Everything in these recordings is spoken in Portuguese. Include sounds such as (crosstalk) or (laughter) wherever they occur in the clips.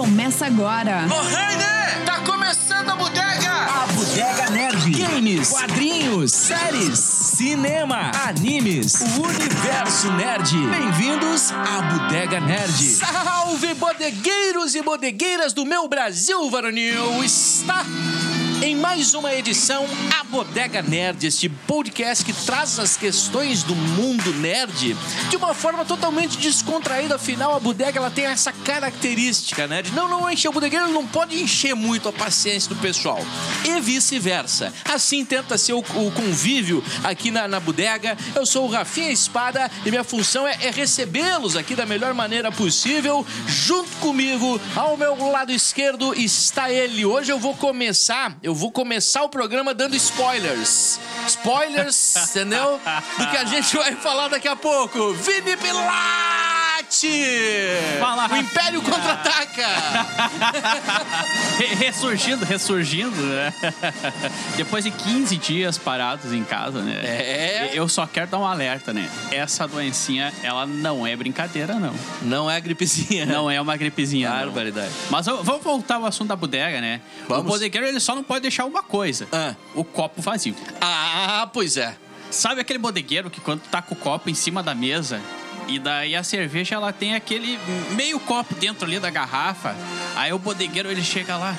começa agora. Ô, Rainer! Tá começando a bodega! A Bodega Nerd. Games, quadrinhos, séries, cinema, animes, o universo nerd. Bem-vindos à Bodega Nerd. Salve, bodegueiros e bodegueiras do meu Brasil varonil! Está em mais uma edição A Bodega Nerd, este podcast que traz as questões do mundo nerd de uma forma totalmente descontraída. Afinal, a bodega ela tem essa característica, né? De não, não encher o bodegueiro, não pode encher muito a paciência do pessoal. E vice-versa. Assim tenta ser o, o convívio aqui na, na bodega. Eu sou o Rafinha Espada e minha função é, é recebê-los aqui da melhor maneira possível. Junto comigo, ao meu lado esquerdo, está ele. Hoje eu vou começar. Eu vou começar o programa dando spoilers. Spoilers, entendeu? Do que a gente vai falar daqui a pouco. Vini Pilate! Fala, O Império contra-ataca! Re- ressurgindo, ressurgindo, né? (laughs) Depois de 15 dias parados em casa, né? É. Eu só quero dar um alerta, né? Essa doencinha, ela não é brincadeira, não. Não é gripezinha. Não é uma gripezinha, não. Barbaridade. Mas eu- vamos voltar ao assunto da bodega, né? Vamos. O bodegueiro, ele só não pode deixar uma coisa. Ah. O copo vazio. Ah, pois é. Sabe aquele bodegueiro que quando tá com o copo em cima da mesa e daí a cerveja ela tem aquele meio copo dentro ali da garrafa. Aí o bodegueiro ele chega lá,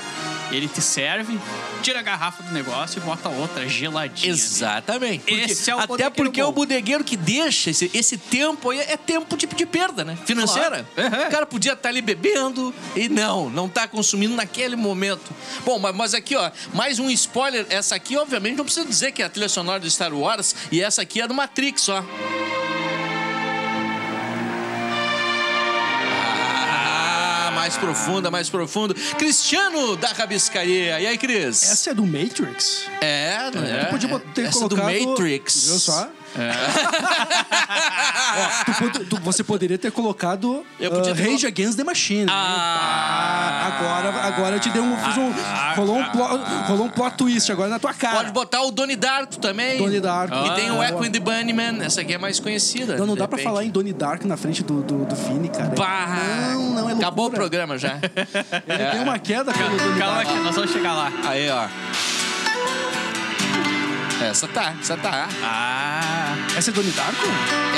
ele te serve, tira a garrafa do negócio e bota outra geladinha. Exatamente. Porque- né? Porque- Esse é o até bodegueiro porque bom. o bodegueiro que deixa esse, esse tempo aí é tempo de, de perda, né? Financeira. Claro. Uhum. O cara podia estar ali bebendo e não, não tá consumindo naquele momento. Bom, mas, mas aqui, ó, mais um spoiler. Essa aqui, obviamente, não precisa dizer que é a trilha sonora do Star Wars e essa aqui é do Matrix, ó. Ah, Mais profunda, mais profundo. Cristiano da Rabiscaria. E aí, Cris? Essa é do Matrix? É, né? Tu podia bot- ter Essa do colocado... Matrix. É. Viu só? (laughs) Ó, tu pod- tu- você poderia ter colocado Eu podia ah, ter Rage Against the Machine. Ah. ah. Ah, agora, agora eu te deu um... fiz um- rolou, um plot, rolou um plot twist agora na tua cara. Pode botar o Donnie Darko também. Donnie Darko. E tem o Ah, Echo boa. and the Bunnyman. Essa aqui é mais conhecida. Não, não de dá pra repente. falar em Donnie Dark na frente do, do, do Vini, cara. Pá! Não, não, é loucura. Acabou o programa (laughs) já. Ele tem uma queda pelo Donnie Calma Dark. que nós vamos chegar lá. Aí, ó. Essa tá, essa tá. Ah, Essa é Donnie Darko?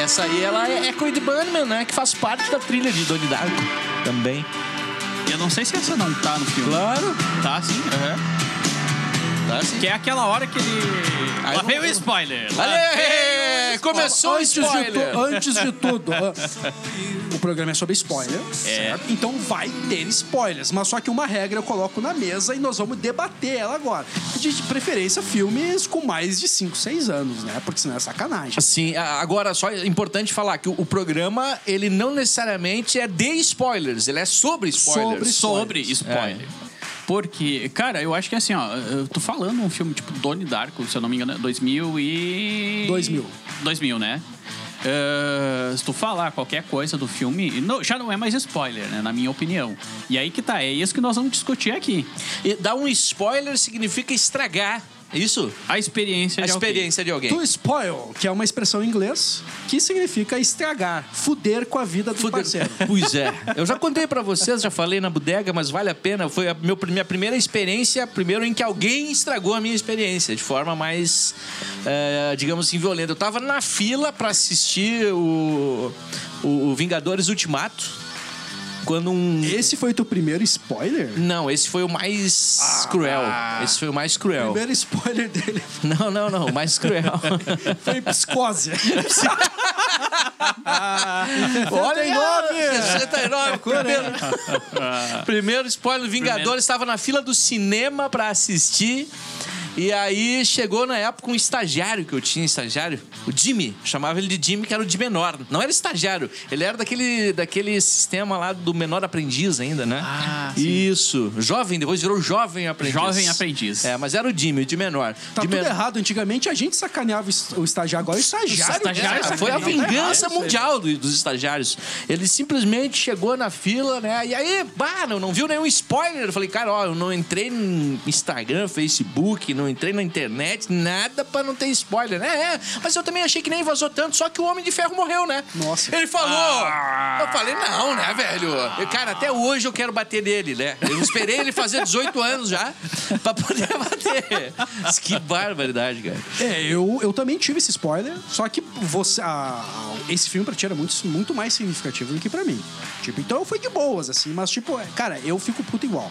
Essa aí, ela é Echo and the Bunnyman, né? Que faz parte da trilha de Donnie Darko. Também. eu não sei se essa não tá no filme. Claro. Tá sim. aham. Tá sim. Que é aquela hora que ele. Aí lá não- veio o spoiler. lá Valeu! Começou o antes de, spoiler. tu- antes (laughs) de tudo, ah, o programa é sobre spoiler, certo? Então vai ter spoilers, mas só que uma regra eu coloco na mesa e nós vamos debater ela agora. De, de preferência, filmes com mais de 5, 6 anos, né? Porque senão é sacanagem. Sim, a- agora só é importante falar que o, o programa, ele não necessariamente é de spoilers, ele é sobre spoilers. Sobre sobre spoilers. spoiler. É. Porque, cara, eu acho que assim, ó, eu tô falando um filme tipo Donnie Darko, se eu não me engano, é 2000 e 2000. 2000, né? Ah, se tu falar qualquer coisa do filme, não- já não é mais spoiler, né? Na minha opinião. E aí que tá, é isso que nós vamos discutir aqui. E dar um spoiler significa estragar. é Isso? A experiência A de alguém. experiência de alguém. To spoil, que é uma expressão em inglês que significa estragar, fuder com a vida do Fuder. parceiro. Pois é. Eu já contei pra vocês, já falei na bodega, mas vale a pena. Foi a meu, minha primeira experiência, primeiro em que alguém estragou a minha experiência, de forma mais, eh, digamos assim, violenta. Eu tava na fila pra assistir o, o, o Vingadores Ultimato, quando um. Esse foi o teu primeiro spoiler? Não, esse foi o mais Ah, cruel. Esse foi o mais O cruel. primeiro spoiler dele Não, não, não. O mais (laughs) cruel. foi (laughs) psicose. 69! Primeiro, (laughs) primeiro spoiler do Vingadores, estava na fila do cinema para assistir. E aí chegou na época um estagiário que eu tinha, estagiário, o Jimmy, chamava ele de Jimmy, que era o de menor. Não era estagiário, ele era daquele, daquele sistema lá do menor aprendiz ainda, né? Ah, sim. Isso, jovem, depois virou jovem aprendiz. Jovem aprendiz. É, mas era o Jimmy, o de menor. Tá de tudo men- errado. Antigamente a gente sacaneava o estagiário, agora o estagiário. Estagiário cara. tá Ah, foi a vingança mundial do- dos estagiários. Ele simplesmente chegou na fila, né? E aí, bah, não, não viu nenhum spoiler. Eu falei, cara, ó, eu não entrei no Instagram, Facebook, no não entrei na internet, nada pra não ter spoiler, né? É, mas eu também achei que nem vazou tanto, só que o Homem de Ferro morreu, né? Nossa. Ele falou! Eu falei, não, né, velho? E, cara, até hoje eu quero bater nele, né? Eu esperei ele fazer 18 anos já pra poder (laughs) bater. Mas Que barbaridade, cara. É, eu, eu também tive esse spoiler, só que você. a- esse filme pra ti era muito, muito mais significativo do que pra mim. Tipo, então eu fui de boas, assim, mas tipo, é, cara, eu fico puto igual.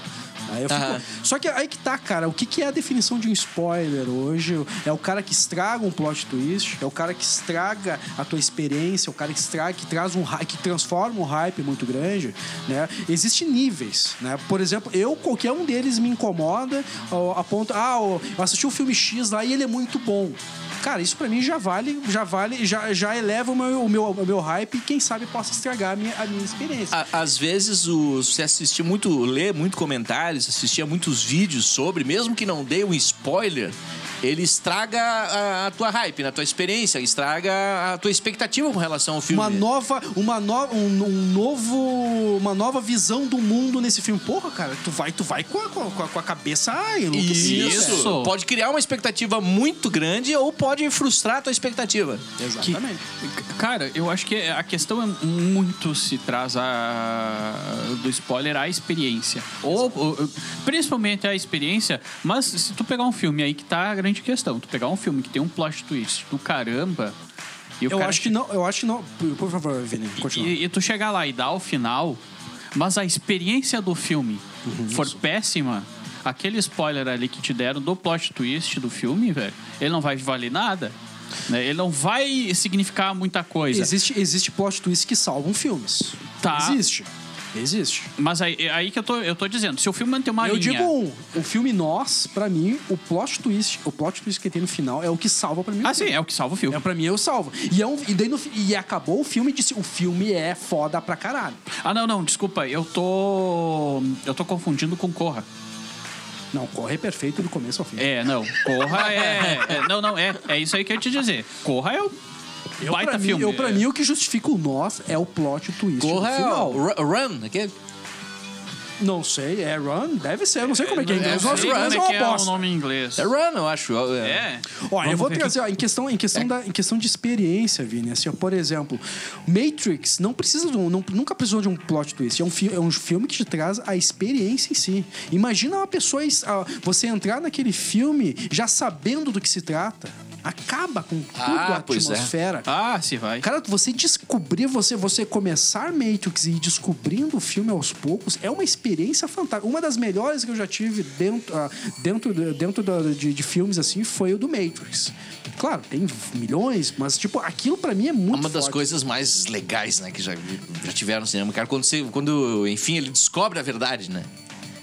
Aí eu fico- Aham. Só que aí que tá, cara, o que, que é a definição de um spoiler hoje? É o cara que estraga um plot twist, é o cara que estraga a tua experiência, é o cara que estraga, que traz um hype, que transforma um hype muito grande, né? Existem níveis, né? Por exemplo, eu, qualquer um deles me incomoda, ó, a ponto, ah, ó, eu assisti o filme X lá e ele é muito bom. Cara, isso pra mim já vale, já vale, já, já eleva o meu, o meu, o meu hype e quem sabe possa estragar a minha, a minha experiência. À- Às vezes o, você assistia muito, lê muito comentários, assistia muitos vídeos sobre, mesmo que não dê um spoiler, ele estraga a, a tua hype, né? a tua experiência, estraga a tua expectativa com relação ao filme. Uma nova, uma no, um, um novo, uma nova visão do mundo nesse filme. Porra, cara, tu vai, tu vai com a, com a, com a cabeça ai, enlouquecida. Isso. velho. Pode criar uma expectativa muito grande ou pode frustrar a tua expectativa. Que- Exatamente. cara, eu acho que a questão é muito se traz a, do spoiler à experiência. Ou, ou- principalmente a experiência, mas se tu pegar um filme aí que tá a grande questão, tu pegar um filme que tem um plot twist do caramba, e o Eu cara acho que não, eu acho que não. Por por favor, Vini, continua. E, e tu chegar lá e dar o final, mas a experiência do filme Uhum, for péssima, aquele spoiler ali que te deram do plot twist do filme, velho, ele não vai valer nada. né? Ele não vai significar muita coisa. Existe, existe plot twist que salvam filmes. é. Tá. Existe. Existe. Mas aí, é aí que eu tô, eu tô dizendo, se o filme manter uma eu linha... digo um, o filme Nós, pra mim, o plot twist, o plot twist que tem no final é o que salva pra mim. o Ah, sim, filme. é o que salva o filme. É, pra mim eu salvo. E, é um, e, daí no fi- e acabou o filme e disse: o filme é foda pra caralho. Ah, não, não, desculpa, eu tô... Eu tô confundindo com Corra. Não, corre perfeito do começo ao fim. É, não, Corra é... é- não, não, é, é isso aí que eu ia te dizer. Corra é o baita pra mim, filme. eu, pra mim, o que justifica o nós é o plot twist. Corra do é final. o Ru- Run, aquele. Não sei, é run? Deve ser, eu não sei como é que é. Eu Então, não os nossos sei como runs é é que uma é o bosta. nome em inglês. É Run, eu acho. É. Ó, eu Vamos vou ver É. trazer, ó, em questão, em questão, da, em questão de experiência, Vini, assim, ó, por exemplo, Matrix não precisa de um, não- nunca precisou de um plot twist. É um, fi- é um filme que te traz a experiência em si. Imagina uma pessoa, es- ah, você entrar naquele filme já sabendo do que se trata. Acaba com tudo Ah, a pois é. atmosfera. Ah, se vai. Cara, você descobrir, você, você começar Matrix e ir descobrindo o filme aos poucos é uma experiência fantástica. Uma das melhores que eu já tive dentro, ah, dentro, de- dentro da- de, de filmes assim foi o do Matrix. Claro, tem milhões, mas tipo, aquilo pra mim é muito Uma das forte. coisas mais legais, né, que já, já tiveram no cinema, cara, quando, você, quando, enfim, ele descobre a verdade, né?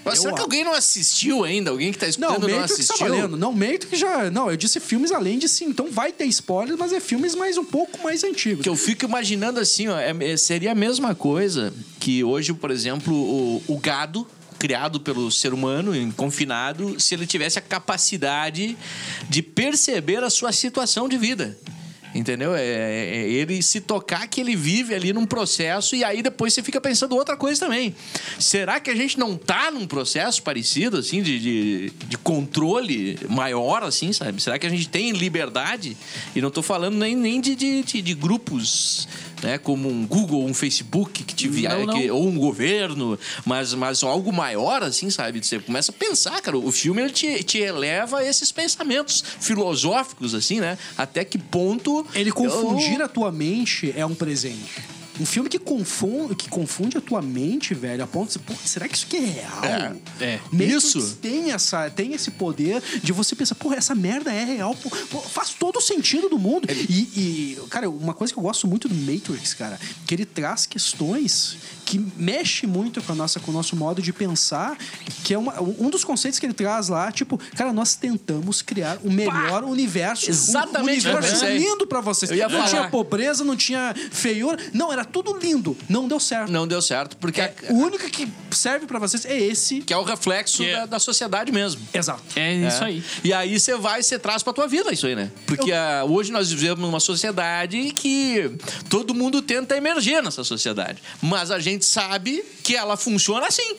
Mas Eu será que acho. alguém não assistiu ainda? Alguém que tá Não, escutando não, Matrix tá assistiu? valendo. Não, Matrix já. Não, eu disse filmes além de sim. Então vai ter spoilers, mas é filmes mais um pouco mais antigos. Que eu fico imaginando assim, ó, é- é- seria a mesma coisa que hoje, por exemplo, o, o gado criado pelo ser humano, em- confinado, se ele tivesse a capacidade de perceber a sua situação de vida. Entendeu? É, é- é ele se tocar que ele vive ali num processo e aí depois você fica pensando outra coisa também. Será que a gente não tá num processo parecido, assim, de, de, de controle maior, assim, sabe? Será que a gente tem liberdade? E não tô falando nem, nem de, de, de- de grupos, né? Como um Google, um Facebook, que te vi- Não, não. que- ou um governo, mas, mas algo maior, assim, sabe? Você começa a pensar, cara. O filme ele te, te eleva a esses pensamentos filosóficos, assim, né? Até que ponto. Ele confundir eu- a tua mente é um presente. Um filme que confunde, que confunde a tua mente, velho, a ponto de você, pô, será que isso aqui é real? É, é. Matrix Isso. Tem, essa, tem esse poder de você pensar, pô, essa merda é real, pô, pô, faz todo o sentido do mundo. É. E, e, cara, uma coisa que eu gosto muito do Matrix, cara, que ele traz questões que mexe muito com, a nossa, com o nosso modo de pensar, que é uma- um dos conceitos que ele traz lá, tipo, cara, nós tentamos criar o melhor universo. um- Exatamente o que eu Um universo pensei. lindo pra vocês. Eu ia não falar. tinha pobreza, não tinha feiura. Não, era tudo lindo. Não deu certo. Não deu certo, porque É, o único que serve pra vocês é esse. que é o reflexo Que- da, da sociedade mesmo. Exato. É isso aí. E aí você vai, você traz pra tua vida isso aí, né? Porque ah, hoje nós vivemos numa sociedade que todo mundo tenta emergir nessa sociedade. Mas a gente sabe que ela funciona assim.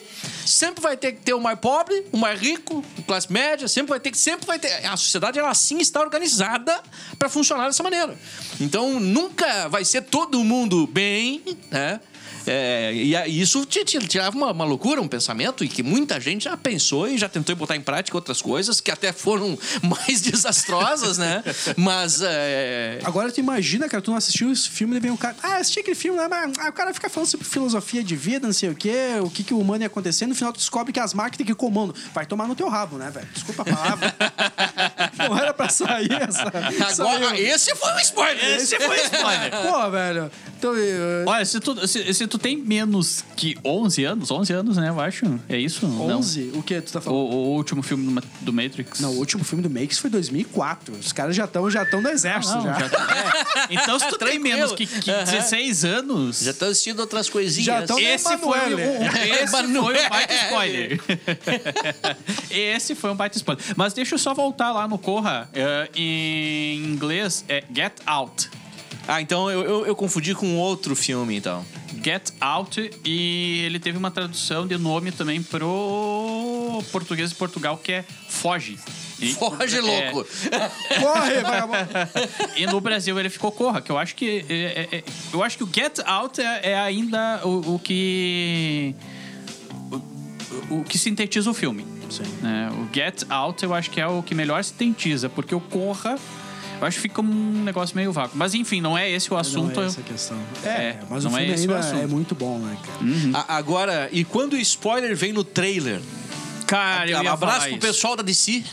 Sempre vai ter que ter o mais pobre, o mais rico, classe média, sempre vai ter que sempre vai ter a sociedade ela assim está organizada pra funcionar dessa maneira. Então nunca vai ser todo mundo bem, né? É, e a- e isso te, te tirava uma, uma loucura, um pensamento, e que muita gente já pensou e já tentou botar em prática outras coisas que até foram (laughs) mais desastrosas, né? Mas é, Agora tu imagina, cara, tu não assistiu esse filme e vem um cara. Ah, assisti aquele filme lá, mas ah, o cara fica falando sobre filosofia de vida, não sei o quê, o que, que o humano ia acontecer. No final tu descobre que as máquinas que comandam. Vai tomar no teu rabo, né, velho? Desculpa a (laughs) palavra. não era pra sair essa. essa agora esse foi um spoiler. Esse foi um spoiler. Pô, velho. Então, eu- Olha, se tu, se, se tu tem menos que 11 anos, 11 anos, né, eu acho. É isso? Não. 11? O que tu tá O, falando? o último filme do Ma- do Matrix. Não, o último filme do Makes foi 2004. Os caras já estão já tão no exército. Não, já. já tá- é. (laughs) Então, se tu tem Tranquilo. menos que, que 16 anos, Já estão assistindo outras coisinhas. Já tão- esse, foi Emanuele. (laughs) um, um- esse foi Emanuele. um (laughs) baita spoiler. esse foi um baita spoiler. Mas deixa eu só voltar lá no Corra. é, em inglês é Get Out. Ah, então eu, eu, eu confundi com outro filme, então. Get Out e ele teve uma tradução de nome também pro português de Portugal que é Foge. E- Foge, é, louco. Corre, vagabundo. E no Brasil ele ficou Corra, que eu acho que é- é- é- eu acho que o Get Out é, é ainda o, o que o, o que sintetiza o filme. né? O Get Out eu acho que é o que melhor sintetiza, porque o Corra eu acho que fica um negócio meio vago. Mas enfim, não é esse o (laughs) assunto. Não é essa a questão. É, É, mas o não é filme esse o ainda assunto. Hum. é muito bom, né, cara? Uhum. A- agora, e quando o spoiler vem no trailer? Cara, eu ia abraço falar pro isso. É. pessoal da DC.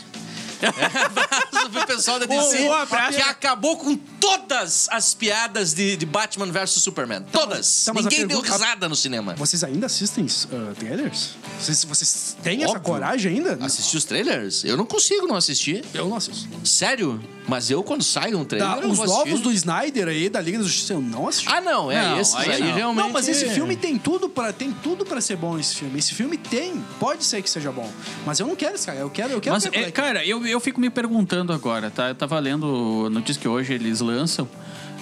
(laughs) abraço pro pessoal da DC. Um- um abraço. Que acabou com todas as piadas de, de Batman vs Superman. Todas. tá, mas a Ninguém deu pergunta- risada no cinema. Vocês ainda assistem ah, trailers? Vocês, vocês têm essa Óbvio. coragem ainda? Não. Assistir os trailers? Eu não consigo não assistir. Eu não assisto. Sério? Mas eu, quando sai um trailer, Tá, eu os vou novos assistir. do Snyder aí, da Liga da Justiça, eu não assisti. Ah, não. É, Não, esses aí aí, não. realmente... é- Não, mas esse é. filme tem tudo para tem tudo para ser bom esse filme. Esse filme tem, pode ser que seja bom, mas eu não quero esse cara. Eu quero, eu quero Mas, ver qual é, é que- cara, eu, eu fico me perguntando agora, tá? Eu tava lendo notícia que hoje eles lançam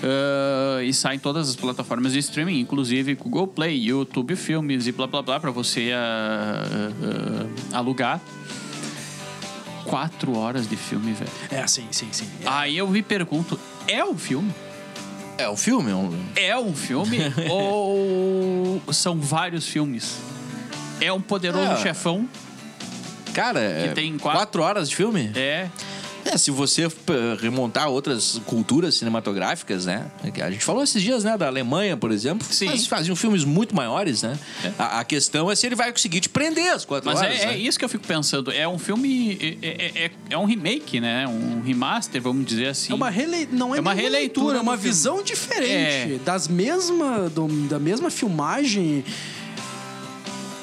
ah, e saem todas as plataformas de streaming, inclusive Google Play, YouTube Filmes e blá blá blá, pra você ah, ah, alugar. Quatro horas de filme, velho. É, sim, sim, sim. É. Aí eu me pergunto, é um filme? É, o filme é um... É um filme? (laughs) ou são vários filmes? É um poderoso Ah. chefão? Cara, é tem quatro- quatro... horas de filme? É. É, se você p- remontar outras culturas cinematográficas, né? A gente falou esses dias, né? Da Alemanha, por exemplo. Sim. Eles faziam filmes muito maiores, né? É. A, a questão é se ele vai conseguir te prender as quatro Mas horas, é, é né? isso que eu fico pensando. É um filme. É, é- é- é um remake, né? Um remaster, vamos dizer assim. É uma relei... não é, É uma nenhuma releitura leitura, é uma do filme. visão diferente É. das mesma do- da mesma filmagem.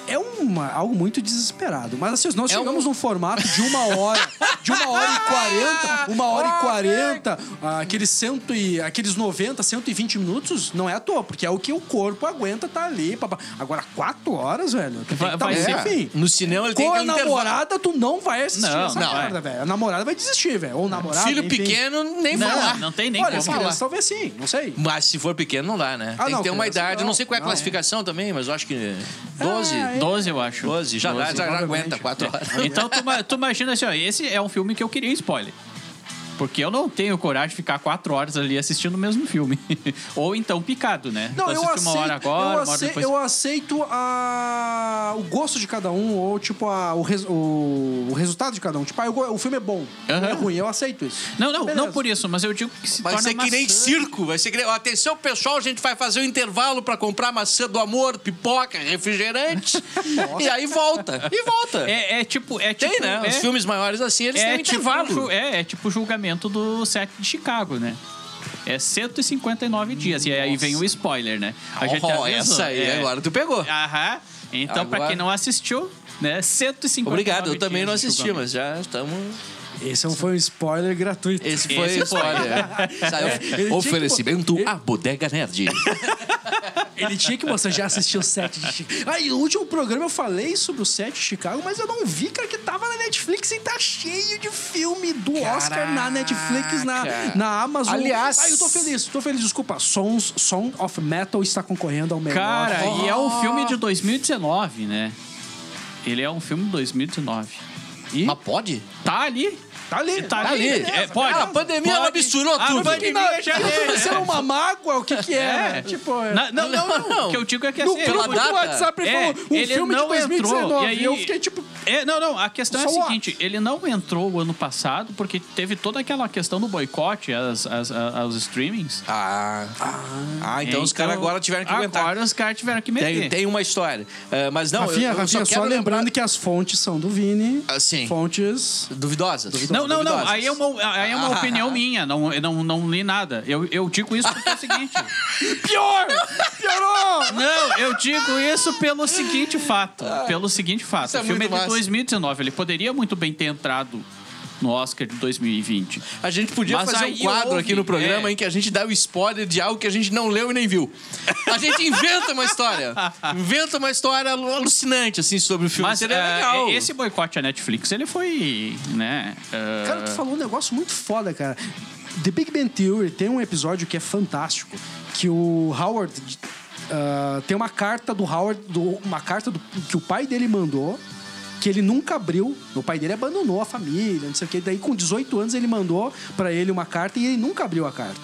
É uma, algo muito desesperado. Mas assim, nós É chegamos um- num formato de uma hora, de uma hora e quarenta, uma hora e quarenta, ah, aqueles cento e, aqueles 90, 120 minutos, não é à toa, porque é o que o corpo aguenta tá ali. papá. Agora, quatro horas, velho, tu tem Vai- que tá vai muito ser- afim. É. No cinema ele tem Com que a ter um intervalo. namorada, tu não vai assistir Não, essa não, merda, é. velho. A namorada vai desistir, velho. Ou namorado. Filho enfim. pequeno, nem Não, falar. não tem nem Olha, como as falar. crianças talvez sim, assim, não sei. Mas se for pequeno, não dá, né? Ah, tem não, que ter uma criança, idade. Eu não, não sei qual é a não, classificação também, mas eu acho que É, 12. 12, eu acho. 12, já, dá, 12. já, já provavelmente. aguenta quatro horas. Então tu, ma- tu imagina assim, ó, esse é um filme que eu queria spoiler. Porque eu não tenho coragem de ficar quatro horas ali assistindo o mesmo filme. (laughs) Ou então picado, né? Não, Tu eu assiste aceito, uma hora agora, eu uma hora aceito, depois. eu aceito a- o gosto de cada um, ou tipo, a- o, res- o- o resultado de cada um. Tipo, ah, eu go- o filme é bom, não é Aham. ruim, eu aceito isso. Não, não, Beleza. não por isso, mas eu digo que se Vai torna ser é que nem maçante. circo, vai ser que nem... Atenção, pessoal, a gente vai fazer um intervalo pra comprar maçã do amor, pipoca, (laughs) refrigerante. e aí volta. E volta. É, é tipo. É tipo Tem, né? é- Os filmes maiores assim, eles têm um é intervalo. tipo, ju- é, é tipo o julgamento do 7 de Chicago, né? É 159 dias. E aí vem o spoiler, né? A gente Oh, avisou, essa aí, é. agora tu pegou. Aham. Então, pra Agora- quem não assistiu, né? 159 Obrigado, eu dias também não de assisti, julgamento. mas já estamos... Esse foi um spoiler gratuito. Esse foi Esse foi. É. spoiler. Saiu tipo, ele tinha que- oferecimento à Bodega Nerd. Ele tinha que mostrar, já assistiu o set de Chicago. Aí, no último programa eu falei sobre o set de Chicago, mas eu não vi, cara, que tava na Netflix e tá cheio de filme do Oscar na Netflix, na, Caraca. na Amazon. Aliás- Aí eu tô feliz, tô feliz, desculpa. Sons, Song of Metal está concorrendo ao melhor. Cara, Oh. e é um filme de 2019, né? Ele é um filme de 2019. Mas pode? Tá ali. Tá ali, Tá Tá ali. ali. É, pode. Cara, a pandemia ela Pode. misturou A tudo. pandemia Não, já eu tô é. pensando uma mágoa, o que que é? Tipo, é- Na- não, não, não, Não. O que eu digo é que no assim, grupo pela do data. WhatsApp ele É, falou, um ele filme de não entrou, 2019. e aí- eu fiquei tipo, É, não, não. A questão é Só a seguinte: ele não entrou o ano passado porque teve toda aquela questão do boicote às, às- aos streamings. Ah, ah, então os caras agora tiveram que aguentar. Agora os caras tiveram que meter. (laughs) Tem, tem uma história. Ah, mas não, Rafinha, eu, eu só Rafinha, só, quero lembrar... lembrando que as fontes são do Vini. Ah, sim. Fontes. Duvidosas. Não, não, não. Duvidosas. Aí é uma, aí é uma Ah. (laughs) opinião minha. Não, eu não, não li nada. Eu, eu digo isso porque é (laughs) o seguinte. Pior! Piorou! Não, eu digo isso pelo seguinte fato. Pelo seguinte fato. Isso é o filme muito é de massa. 2019. Ele poderia muito bem ter entrado no Oscar de 2020. A gente podia Mas fazer um aí quadro houve, aqui no programa é. em que a gente dá o spoiler de algo que a gente não leu e nem viu. A gente inventa uma (laughs) história. Inventa uma história alu- alucinante, assim, sobre o filme. Mas Seria eh, legal. esse boicote à Netflix, ele foi, né? eh, Cara, tu falou um negócio muito foda, cara. The Big Bang Theory tem um episódio que é fantástico, que o Howard ah, tem uma carta do Howard, do- uma carta do- que o pai dele mandou, que ele nunca abriu. O pai dele abandonou a família, não sei o quê. Daí com 18 anos ele mandou pra ele uma carta e ele nunca abriu a carta.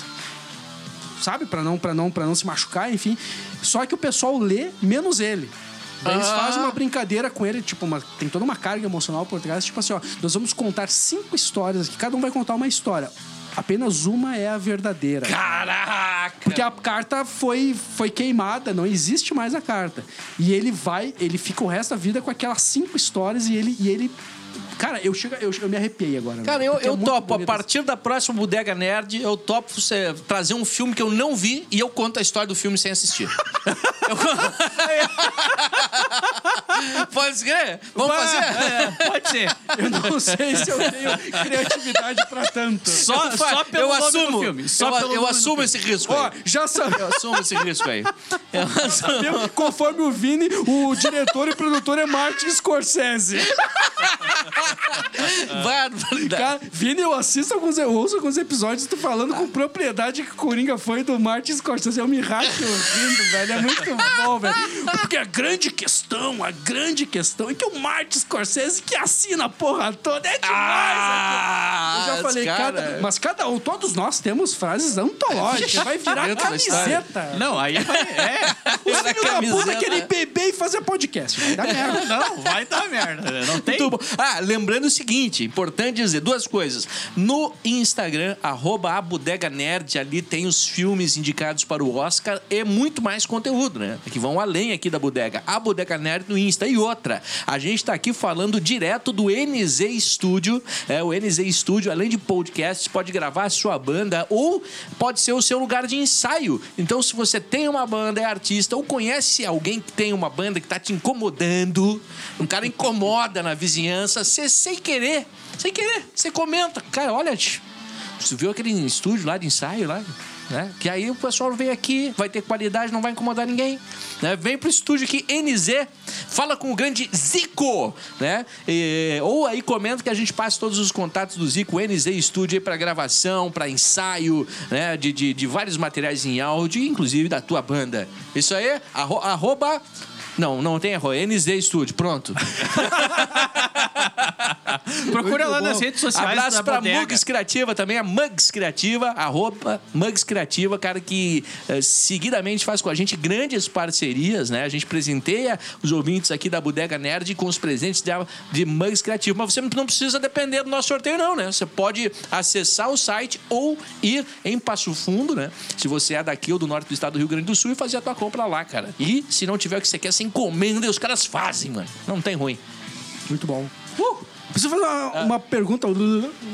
sabe? Pra não, pra não, para não se machucar, enfim. Só que o pessoal lê menos ele. Daí eles Ah. fazem uma brincadeira com ele, tipo, uma- tem toda uma carga emocional por trás, tipo assim, ó, nós vamos contar cinco histórias aqui, cada um vai contar uma história. Apenas uma é a verdadeira. Caraca! Porque a carta foi, foi queimada, não existe mais a carta. E ele vai, ele fica o resto da vida com aquelas cinco histórias e ele. E ele cara, eu, chego, eu, eu me arrepiei agora. Cara, velho, eu, porque é eu muito topo. A bonito essa- partir da próxima Bodega Nerd, eu topo você trazer um filme que eu não vi e eu conto a história do filme sem (laughs) assistir. Eu- (laughs) Pode crer? Vamos fazer? eh, pode ser. Eu não sei se eu (laughs) tenho criatividade pra tanto. Só, eu, só fa- pelo eu nome assumo. do filme. Só eu pelo eu nome do assumo filme. esse risco Ó, aí. já sabemos. Eu assumo esse risco aí. Eu assumo. Meu, Conforme o Vini, o diretor e produtor é Martin Scorsese. Barbaridade. Cara, tá? Vini, eu assisto alguns, eu ouço alguns episódios tu falando com propriedade que Coringa foi do Martin Scorsese. É Eu me racho ouvindo, velho. É muito bom, velho. Porque a grande questão, a grande questão é que o Martin Scorsese que assina a porra toda é demais. Ah, aqui. eu já falei, cara. cada, mas cada um, todos nós temos frases antológicas. Vai virar Dentro da história. camiseta. Tá. Não, aí vai. (laughs) É. Os Na filhos da puta camiseta. querem beber e fazer podcast. Vai dar merda. Não, vai dar merda. Não tem. Muito bom. Ah, lembrando o seguinte, importante dizer duas coisas. No Instagram, arroba a Bodega Nerd, ali tem os filmes indicados para o Oscar e muito mais conteúdo, né? Que vão além aqui da Bodega. A Bodega Nerd no Insta. E outra, a gente está aqui falando direto do NZ Studio. É, o NZ Studio, além de podcasts, pode gravar a sua banda ou pode ser o seu lugar de ensaio. Então, se você tem uma banda, é artista ou conhece alguém que tem uma banda que tá te incomodando, um cara incomoda na vizinhança, você sem querer, sem querer, você comenta, cara, olha, tch, você viu aquele estúdio lá de ensaio lá? Né? Que aí o pessoal vem aqui, vai ter qualidade, não vai incomodar ninguém. Né? Vem pro estúdio aqui, NZ, fala com o grande Zico, né? E- ou aí comenta que a gente passa todos os contatos do Zico, NZ Studio, aí pra gravação, pra ensaio, né? De, de, de vários materiais em áudio, inclusive da tua banda. Isso aí, arro- arroba. Não, não tem arroba, NZ Studio, pronto. Procura lá bom. nas redes sociais. da Abraço pra Bodega. Mugs Criativa também, a Mugs Criativa, arroba Mugs Criativa, cara que eh, seguidamente faz com a gente grandes parcerias, né? A gente presenteia os ouvintes aqui da Bodega Nerd com os presentes da, de Mugs Criativa. Mas você não precisa depender do nosso sorteio, não, né? Você pode acessar o site ou ir em Passo Fundo, né? Se você é daqui ou do norte do estado do Rio Grande do Sul e fazer a tua compra lá, cara. E se não tiver o que você quer, você encomenda e os caras fazem, mano. Não tem ruim. Muito bom. Uh! Preciso fazer uma, uma pergunta,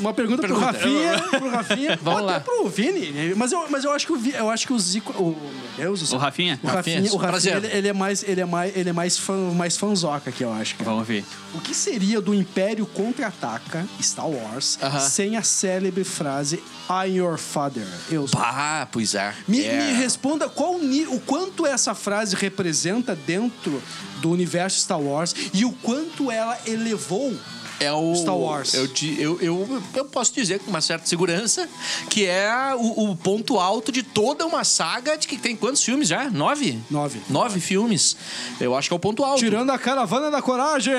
uma pergunta, pro Rafinha, pro Rafinha, ou Vamos lá. até pro Vini. Mas eu, mas eu acho que o, Vi- eu acho que o Zico, o, meu Deus, do céu. O Rafinha? o Rafinha, Rafinha, o Rafinha, prazer. ele, ele é mais, ele é mais, ele é mais fã, mais fanzoca que eu acho. cara. Vamos ver. O que seria do Império contra-ataca Star Wars Aham. sem a célebre frase I'm your father? Eu sou. Pá, pois é. Me, É. me responda qual ni- o quanto essa frase representa dentro do universo Star Wars e o quanto ela elevou. É o. Star Wars. Eu, di- eu, eu, eu posso dizer com uma certa segurança que é o, o ponto alto de toda uma saga de que tem quantos filmes já? Nove? Nove. Nove filmes. Eu acho que é o ponto alto. (laughs) Tirando a caravana da coragem!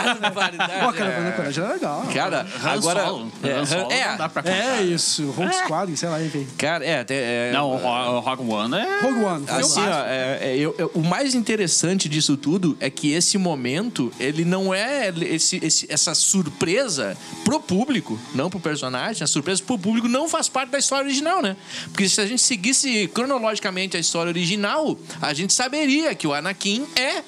Ó, a Barbaridade, caravana da é. coragem era legal. Cara, Han agora. Solo. É, Han Solo é, não dá pra contar. É isso, Rogue Squadron, sei lá, enfim. cara, é, tem- é, Não, o Ro- o Rogue One é... Rogue One. foi um Assim, o- ó, é- é, eu- eu- o mais interessante disso tudo é que esse momento, ele não é esse- esse- essa surpresa pro público, não pro personagem, a surpresa pro público não faz parte da história original, né? Porque se a gente seguisse cronologicamente a história original, a gente saberia que o Anakin é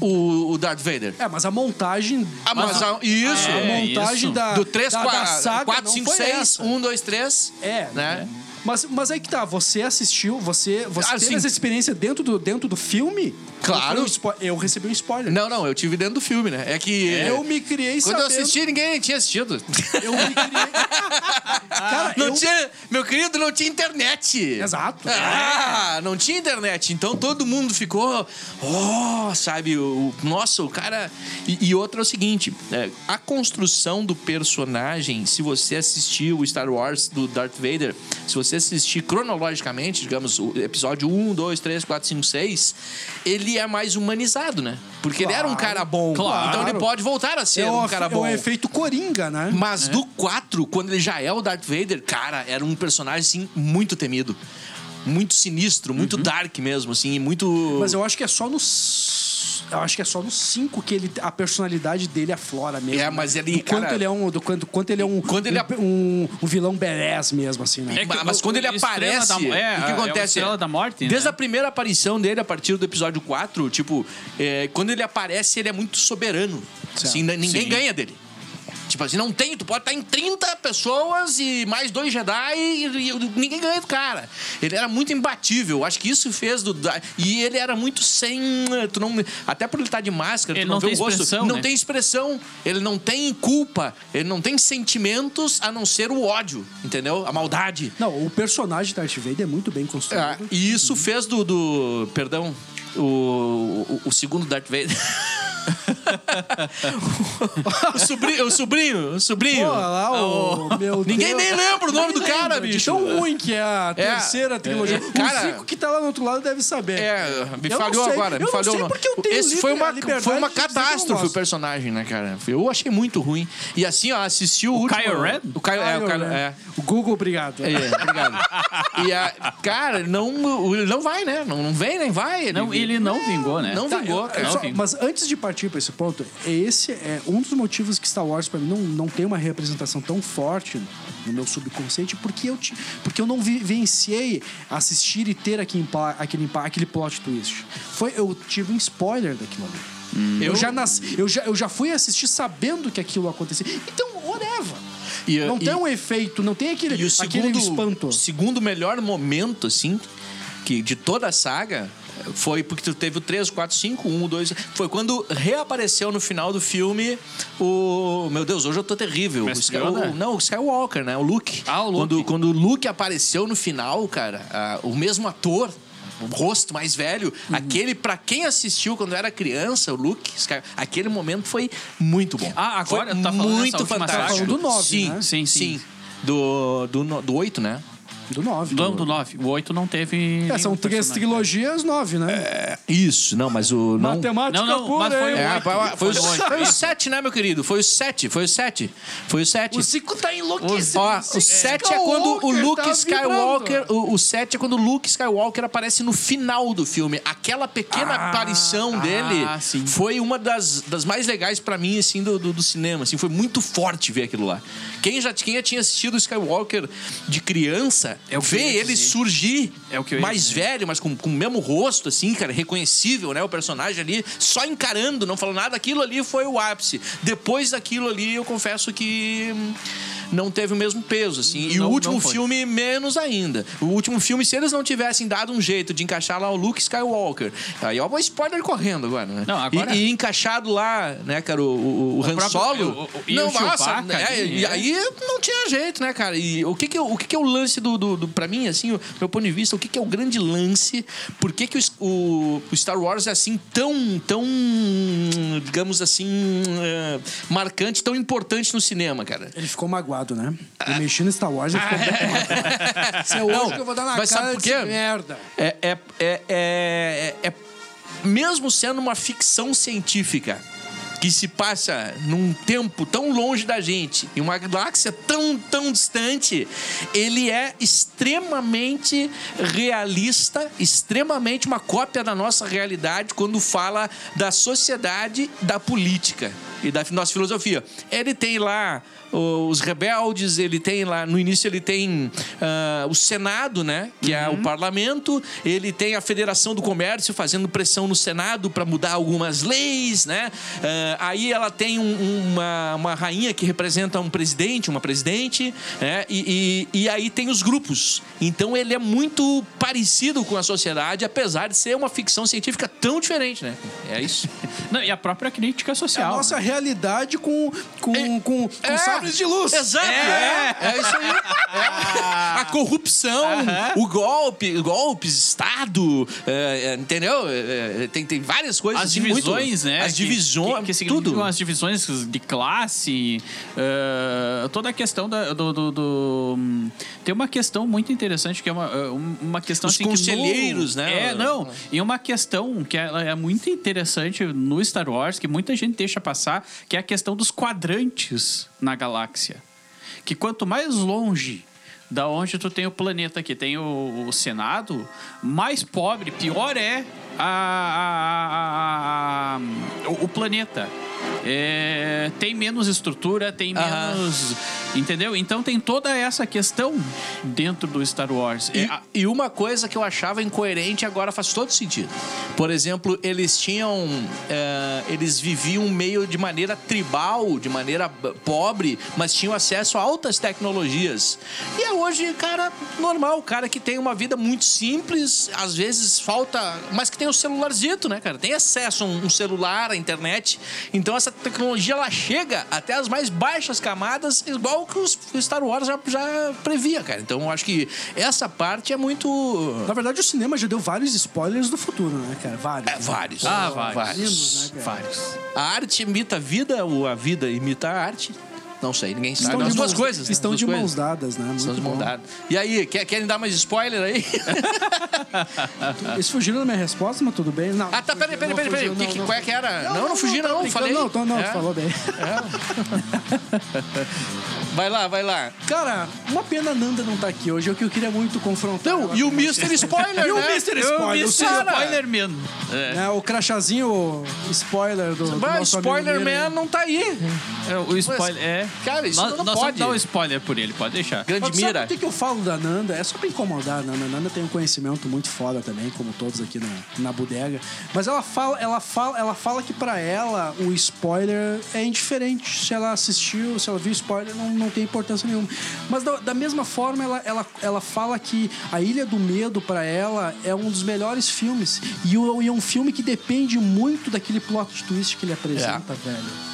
o, o Darth Vader. É, mas a montagem. Ah, mas a- isso. a é, montagem isso. da. do 3, da, da 4, saga 4 não 5, foi 6, essa. 1, 2, 3. É, um, né? Mas, mas aí que tá, você assistiu, você, você Ah, teve sim. essa experiência dentro do, dentro do filme? Claro. Eu, fui um spo- eu recebi um spoiler. Não, não, eu tive dentro do filme, né? É que. Eu me criei Quando eu sabendo... assisti, ninguém tinha (laughs) assistido. Ah, Eu me (laughs) criei... Cara, Não Ah, eu... tinha, meu querido, não tinha internet. Exato. Ah, não tinha internet. Então todo mundo ficou, oh, sabe, o, o- nossa, o cara. E, e outra é o seguinte: é, a construção do personagem, se você assistir o Star Wars do Darth Vader, se você assistir cronologicamente, digamos, o episódio 1, 2, 3, 4, 5, 6, ele é mais humanizado, né? Porque ele era um Claro, cara bom. claro. Então ele pode voltar a ser É um o, cara é bom. o efeito coringa, né? Mas do 4, quando ele já é o Darth Vader, cara, era um personagem, assim, muito temido. Muito sinistro, muito dark mesmo, assim, e muito... Mas eu acho que é só nos. Eu acho que é só nos cinco que ele, a personalidade dele aflora mesmo. É, né? mas ele, Do quanto cara- ele é um. Do quanto, quanto ele é um. Quando ele é- um, um, um vilão badass mesmo, assim, né? É que Ma- mas o- quando ele o Estrela aparece, da- é, o que é o acontece? Estrela da Morte, né? Desde a primeira aparição dele, a partir do episódio 4, tipo, é, quando ele aparece, ele é muito soberano. Certo. Assim, n- ninguém Sim. ganha dele. Tipo assim, não tem, tu pode estar em 30 pessoas e mais dois Jedi e, e ninguém ganha do cara. Ele era muito imbatível, acho que isso fez do. da- E ele era muito sem. eh, Tu não, até por ele estar de máscara, Ele tu não, não vê tem o gosto. expressão, não né? tem expressão, ele não tem culpa, ele não tem sentimentos a não ser o ódio, entendeu? A maldade. Não, o personagem Darth Vader é muito bem construído. Ah, e isso fez do. do- perdão, o, o, o segundo Darth Vader. (laughs) o, sobrinho, o sobrinho, o sobrinho. Pô, lá o. meu Ah, Ninguém Deus. nem lembra o nome do Ninguém cara, lembra de bicho. Tão ruim que é a É, terceira trilogia. é, cara- o Zico que tá lá no outro lado deve saber. É, me Eu não falhou sei, agora, me eu não falhou. sei o nome. porque eu tenho Esse foi livre- a uma, liberdade foi uma de dizer que eu não catástrofe o gosto. personagem, né, cara? Eu achei muito ruim. E assim, ó, assisti o, último. Kylo Ren? O Caio é, o Kylo- é. O Google, obrigado. É, obrigado. E a, cara, não, ele não vai, né? Não, não vem, nem vai. Ele, Não, ele não vingou, né? não vingou, cara. Tá, Eu Não, só- vingou. mas antes de partir pra esse ponto, esse é um dos motivos que Star Wars pra mim não, não tem uma representação tão forte no meu subconsciente, porque eu, ti- porque eu não vivenciei assistir e ter aquele, impa- aquele, impa- aquele plot twist. Foi, eu tive um spoiler daquilo ali. Eu, Hum. Eu- já nasci, eu, já, eu já fui assistir sabendo que aquilo acontecia. Então, whatever. E, não e- tem um efeito, não tem aquele, E o aquele segundo, espanto. segundo melhor momento, assim, que de toda a saga foi porque tu teve o 3, 4, 5, 1, 2. um, Foi quando reapareceu no final do filme o. Meu Deus, hoje eu tô terrível. O Mestre Sky- Yoda? o- não, o Skywalker, né? O Luke. Ah, o Luke. Quando, quando o Luke apareceu no final, cara, ah, o mesmo ator. O rosto mais velho, Uhum. aquele pra quem assistiu quando era criança, o Luke, Sky- aquele momento foi muito bom. Ah, agora foi tá falando dessa muito última fantástico. saga? Tá falando do nove, sim, né? sim, Sim, sim. sim. Do, do, no- do 8, né? Do 9. Do, do 9. O 8 não teve... É, são nenhum três personagem. trilogias, nove, É. né? Isso, não, mas o. Não... Matemática Não, não, pura, mas foi hein? o- É, foi, foi, o- Foi o oito, foi o isso. 7, né, meu querido? Foi o 7, foi o 7. Foi o 7. O Zico tá enlouquecido. Ó, Tipo, o 7 é tá quando o Luke Skywalker. O, o 7 é quando o Luke Skywalker aparece no final do filme. Aquela pequena aparição dele sim. foi uma das, das mais legais pra mim, assim, do, do, do cinema. Assim, foi muito forte ver aquilo lá. Quem já tinha, tinha assistido o Skywalker de criança É o que eu Ver ia ele dizer. surgir É o que eu ia mais dizer. velho, mas com, com o mesmo rosto, assim, cara, reconhecível, né? O personagem ali, só encarando, não falando nada. Aquilo ali foi o ápice. Depois daquilo ali, eu confesso que hum, não teve o mesmo peso, assim. E Não- o não último foi. filme, menos ainda. O último filme, se eles não tivessem dado um jeito de encaixar lá o Luke Skywalker. Aí, ó, o spoiler correndo agora, né? Não, agora- E, e encaixado lá, né, cara, o, o, o Han próprio- Solo. o- o- e o Chewbacca né? ali, E é. aí não tinha jeito, né, cara? E o que que, é o o que que é o lance do, do, do- pra mim, assim, o meu ponto de vista, o que que é o grande lance? Por que que o, es- o- o Star Wars é assim tão, tão, digamos assim, eh, marcante, tão importante no cinema, cara? Ele ficou magoado, né? Ele mexeu no Star Wars, ele ficou bem magoado. Isso é hoje Não, que eu vou dar na mas sabe cara por desse quê? merda. É, é, é, é, é- é- mesmo sendo uma ficção científica que se passa num tempo tão longe da gente, em uma galáxia tão, tão distante, ele é extremamente realista, extremamente uma cópia da nossa realidade quando fala da sociedade, da política e da nossa filosofia. Ele tem lá os rebeldes, ele tem lá, no início ele tem ah, o Senado, né, que é o parlamento, ele tem a Federação do Comércio fazendo pressão no Senado para mudar algumas leis, né, Ah, aí ela tem um- uma, uma rainha que representa um presidente, uma presidente, né, e, e, e aí tem os grupos. Então ele é muito parecido com a sociedade, apesar de ser uma ficção científica tão diferente, né. É isso. Não, e a própria crítica É A social. nossa realidade com, com, com, com É. sabres de luz. Exato! É, é isso aí. É. A corrupção, o golpe, golpes, Estado, é, é, entendeu? É, é, tem, tem várias coisas. As assim, muito- divisões, né? As que- divisões, que, que significam tudo. as divisões de classe, eh, toda a questão da- do, do- do- hum, tem uma questão muito interessante que é uma, eh, um- uma questão Os assim, que no- conselheiros, né? É, não. E uma questão que ela é muito interessante no Star Wars que muita gente deixa passar, que é a questão dos quadrantes na galáxia, que quanto mais longe da onde tu tem o planeta que tem o, o Senado, mais pobre, pior é a- a- a- a- o, o planeta. É, tem menos estrutura, tem Aham. menos. Entendeu? Então tem toda essa questão dentro do Star Wars. É, E, a- e uma coisa que eu achava incoerente agora faz todo sentido. Por exemplo, eles tinham. eh, eles viviam meio de maneira tribal, de maneira b- pobre, mas tinham acesso a altas tecnologias. E é hoje, cara, normal, o cara que tem uma vida muito simples, às vezes falta. Mas que tem o celularzito, né, cara? Tem acesso a um, um celular, à internet. Então essa tecnologia ela chega até as mais baixas camadas, igual que os que o Star Wars já, já previa, cara. Então eu acho que essa parte é muito. Na verdade, o cinema já deu vários spoilers do futuro, né, cara? Vários. É, vários. Ah, vários. Lindos, né, cara? Vários. A arte imita a vida, ou a vida imita a arte. Não sei, ninguém sabe. Estão As de duas mãos- coisas. né? Estão As de duas mãos coisas. dadas, né? Estão Muito de mão bom. dada. E aí, quer- querem dar mais spoiler (laughs) aí? Eles fugiram da minha resposta, mas tudo bem. Não, Ah, tá, peraí, peraí, peraí, peraí. Não, Que- que- não, Qual é que era? Não, não, não, não, fugi, tá não, brincando. falei. Não, tô- não, É. tu falou bem. Vai lá, vai lá. Cara, uma pena a Nanda não tá aqui hoje, é o que eu queria muito confrontar. Não, ela e o com Mr. Spoiler, E o né? Eu- Mr. Spoiler, Mr. o senhor- Spoiler. Spoiler Man. É. né, o crachazinho spoiler do, do Vai, nosso amigo Spoiler Miller. Man não tá aí. É, o spoiler. É. cara, isso nós, não nós pode. vamos dar um spoiler por ele, pode deixar. Grande Mas mira. Sabe por que que eu falo da Nanda? É só pra incomodar a Nanda. A Nanda tem um conhecimento muito foda também, como todos aqui na, na bodega. Mas ela fala, ela fala, ela fala que pra ela o spoiler é indiferente. Se ela assistiu, se ela viu spoiler, não, não tem importância nenhuma. Mas da, da mesma forma, ela, ela, ela fala que A Ilha do Medo pra ela é um dos melhores filmes. E, o- e é um filme que depende muito daquele plot twist que ele apresenta, velho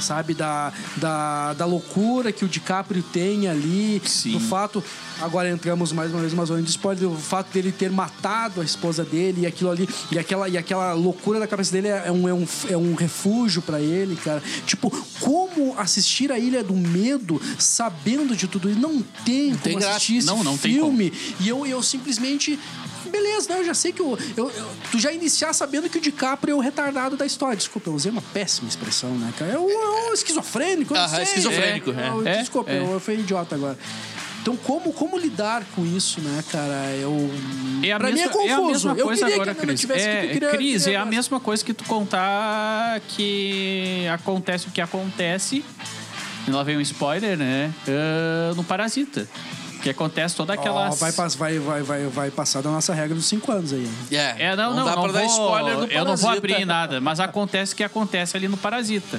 sabe? Da, da, da loucura que o DiCaprio tem ali. Sim. Do fato. Agora entramos mais uma vez numa zona de spoiler. O fato dele ter matado a esposa dele e aquilo ali. E aquela, e aquela loucura da cabeça dele é um, é um, é um refúgio pra ele, cara. Tipo, como assistir a Ilha do Medo sabendo de tudo isso? Não tem como tem graça. assistir esse Não, não tem filme. E eu, eu simplesmente. Beleza, né? Eu já sei que eu, eu- eu- Tu já iniciar sabendo que o DiCaprio é o retardado da história. Desculpa, eu usei uma péssima expressão, né, cara? É o, é o esquizofrênico, eu não Aham, sei. esquizofrênico, Eu- é. eu- É, desculpa, é. Eu, eu fui idiota agora. Então, como, como lidar com isso, né, cara? Eu. É a pra mesma, mim é é a confuso. mesma eu coisa queria agora, que não Cris. tivesse é, que eu queria- Cris, queria- é a mesma coisa que tu contar que acontece o que acontece. E Lá vem um spoiler, né? Ah, no Parasita. que acontece toda aquela. Ó, vai, pas- vai, vai, vai, vai passar da nossa regra dos 5 anos aí. É, não, não, dá não pra dar vou- spoiler do Eu não vou Parasita. abrir nada, mas acontece o que acontece ali no Parasita,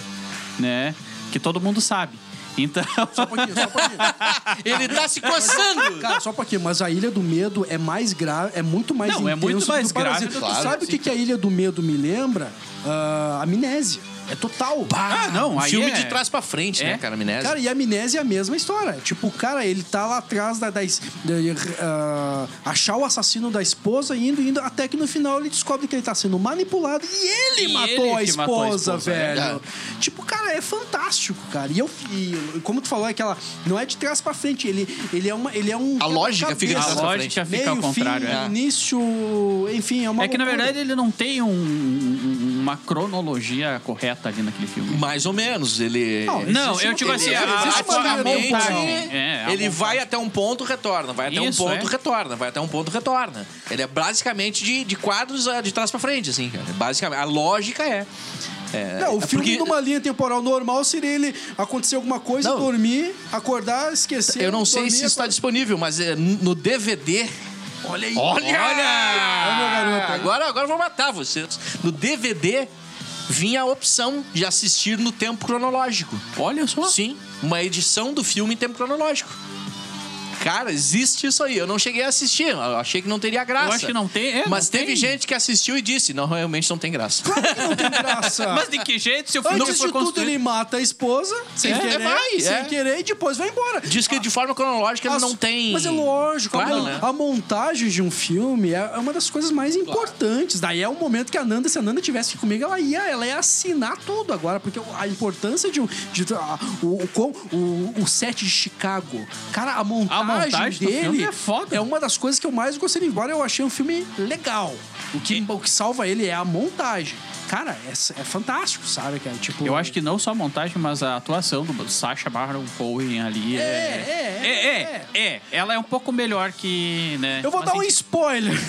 né? Que todo mundo sabe. Então, Só um pouquinho, só um pouquinho. (laughs) Ele tá se coçando. Cara, só um pouquinho. Mas a Ilha do Medo é mais grave, é muito mais Não, intenso é muito mais do que o Parasita. grave, Tu claro, sabe o que, que a Ilha do Medo me lembra? Ah, amnésia. É total. Ah, não, aí Filme é- de trás pra frente, né, É. cara, amnésia? Cara, e a amnésia é a mesma história. Tipo, o cara, ele tá lá atrás da, da es- da- ah, achar o assassino da esposa e indo, indo, até que no final ele descobre que ele tá sendo manipulado e ele, E matou, ele a que esposa, matou a esposa, é velho. verdade. Tipo, cara, é fantástico, cara. E eu e, como tu falou, é aquela não é de trás pra frente, ele ele é uma ele é um A lógica fica de a trás pra frente. lógica fica ao meio, contrário. fim, é. início, enfim, é uma É que na loucura. verdade ele não tem um- um- uma cronologia correta ali naquele filme. Mais ou menos, ele... Não, ele- Não, Existe eu uma- digo assim, existe a, uma a, a, maneira de montagem. ele, é, a ele montagem. vai até um ponto, retorna. Vai até Isso, um ponto, é. retorna. Vai até um ponto, retorna. Ele é basicamente de, de quadros ah, de trás pra frente, assim, cara. Basicamente, a lógica é... é Não, o é filme porque- numa linha temporal normal seria ele acontecer alguma coisa, Não. dormir, acordar, esquecer. Eu não sei dormir, se está disponível, mas é, no DVD. Olha aí. Olha! meu garoto. Agora, agora eu vou matar vocês. No DVD vinha a opção de assistir no tempo cronológico. Olha só. Sim, uma edição do filme em tempo cronológico. Cara, existe isso aí. Eu não cheguei a assistir. Eu achei que não teria graça. Eu acho que não tem, é, Mas não teve tem. gente que assistiu e disse: não, realmente não tem graça. (laughs) Não tem graça. Mas de que jeito se o filme Antes foi de tudo, construído? ele mata a esposa, sem É, querer, vai, sem é. querer, e depois vai embora. Diz que de forma cronológica ele As- não tem. Mas é lógico, a, Claro, mon- né? a montagem de um filme é é uma das coisas mais importantes. Daí é o momento que a Nanda, se a Nanda tivesse aqui comigo, ela ia, ela ia assinar tudo agora, porque o- a importância de, um- de a- o, o, com- o, o set de Chicago. Cara, a montagem, montagem do dele filme é foda. é uma das coisas que eu mais gostei, de- embora eu achei um filme legal. O que, o que salva ele é a montagem. Cara, é, é fantástico, sabe, cara? Tipo, Eu acho que não só a montagem, mas a atuação do Sacha Baron Cohen ali é... É, é, é, é. é, é. Ela é um pouco melhor que... Né? Eu vou Mas dar um enfim. spoiler.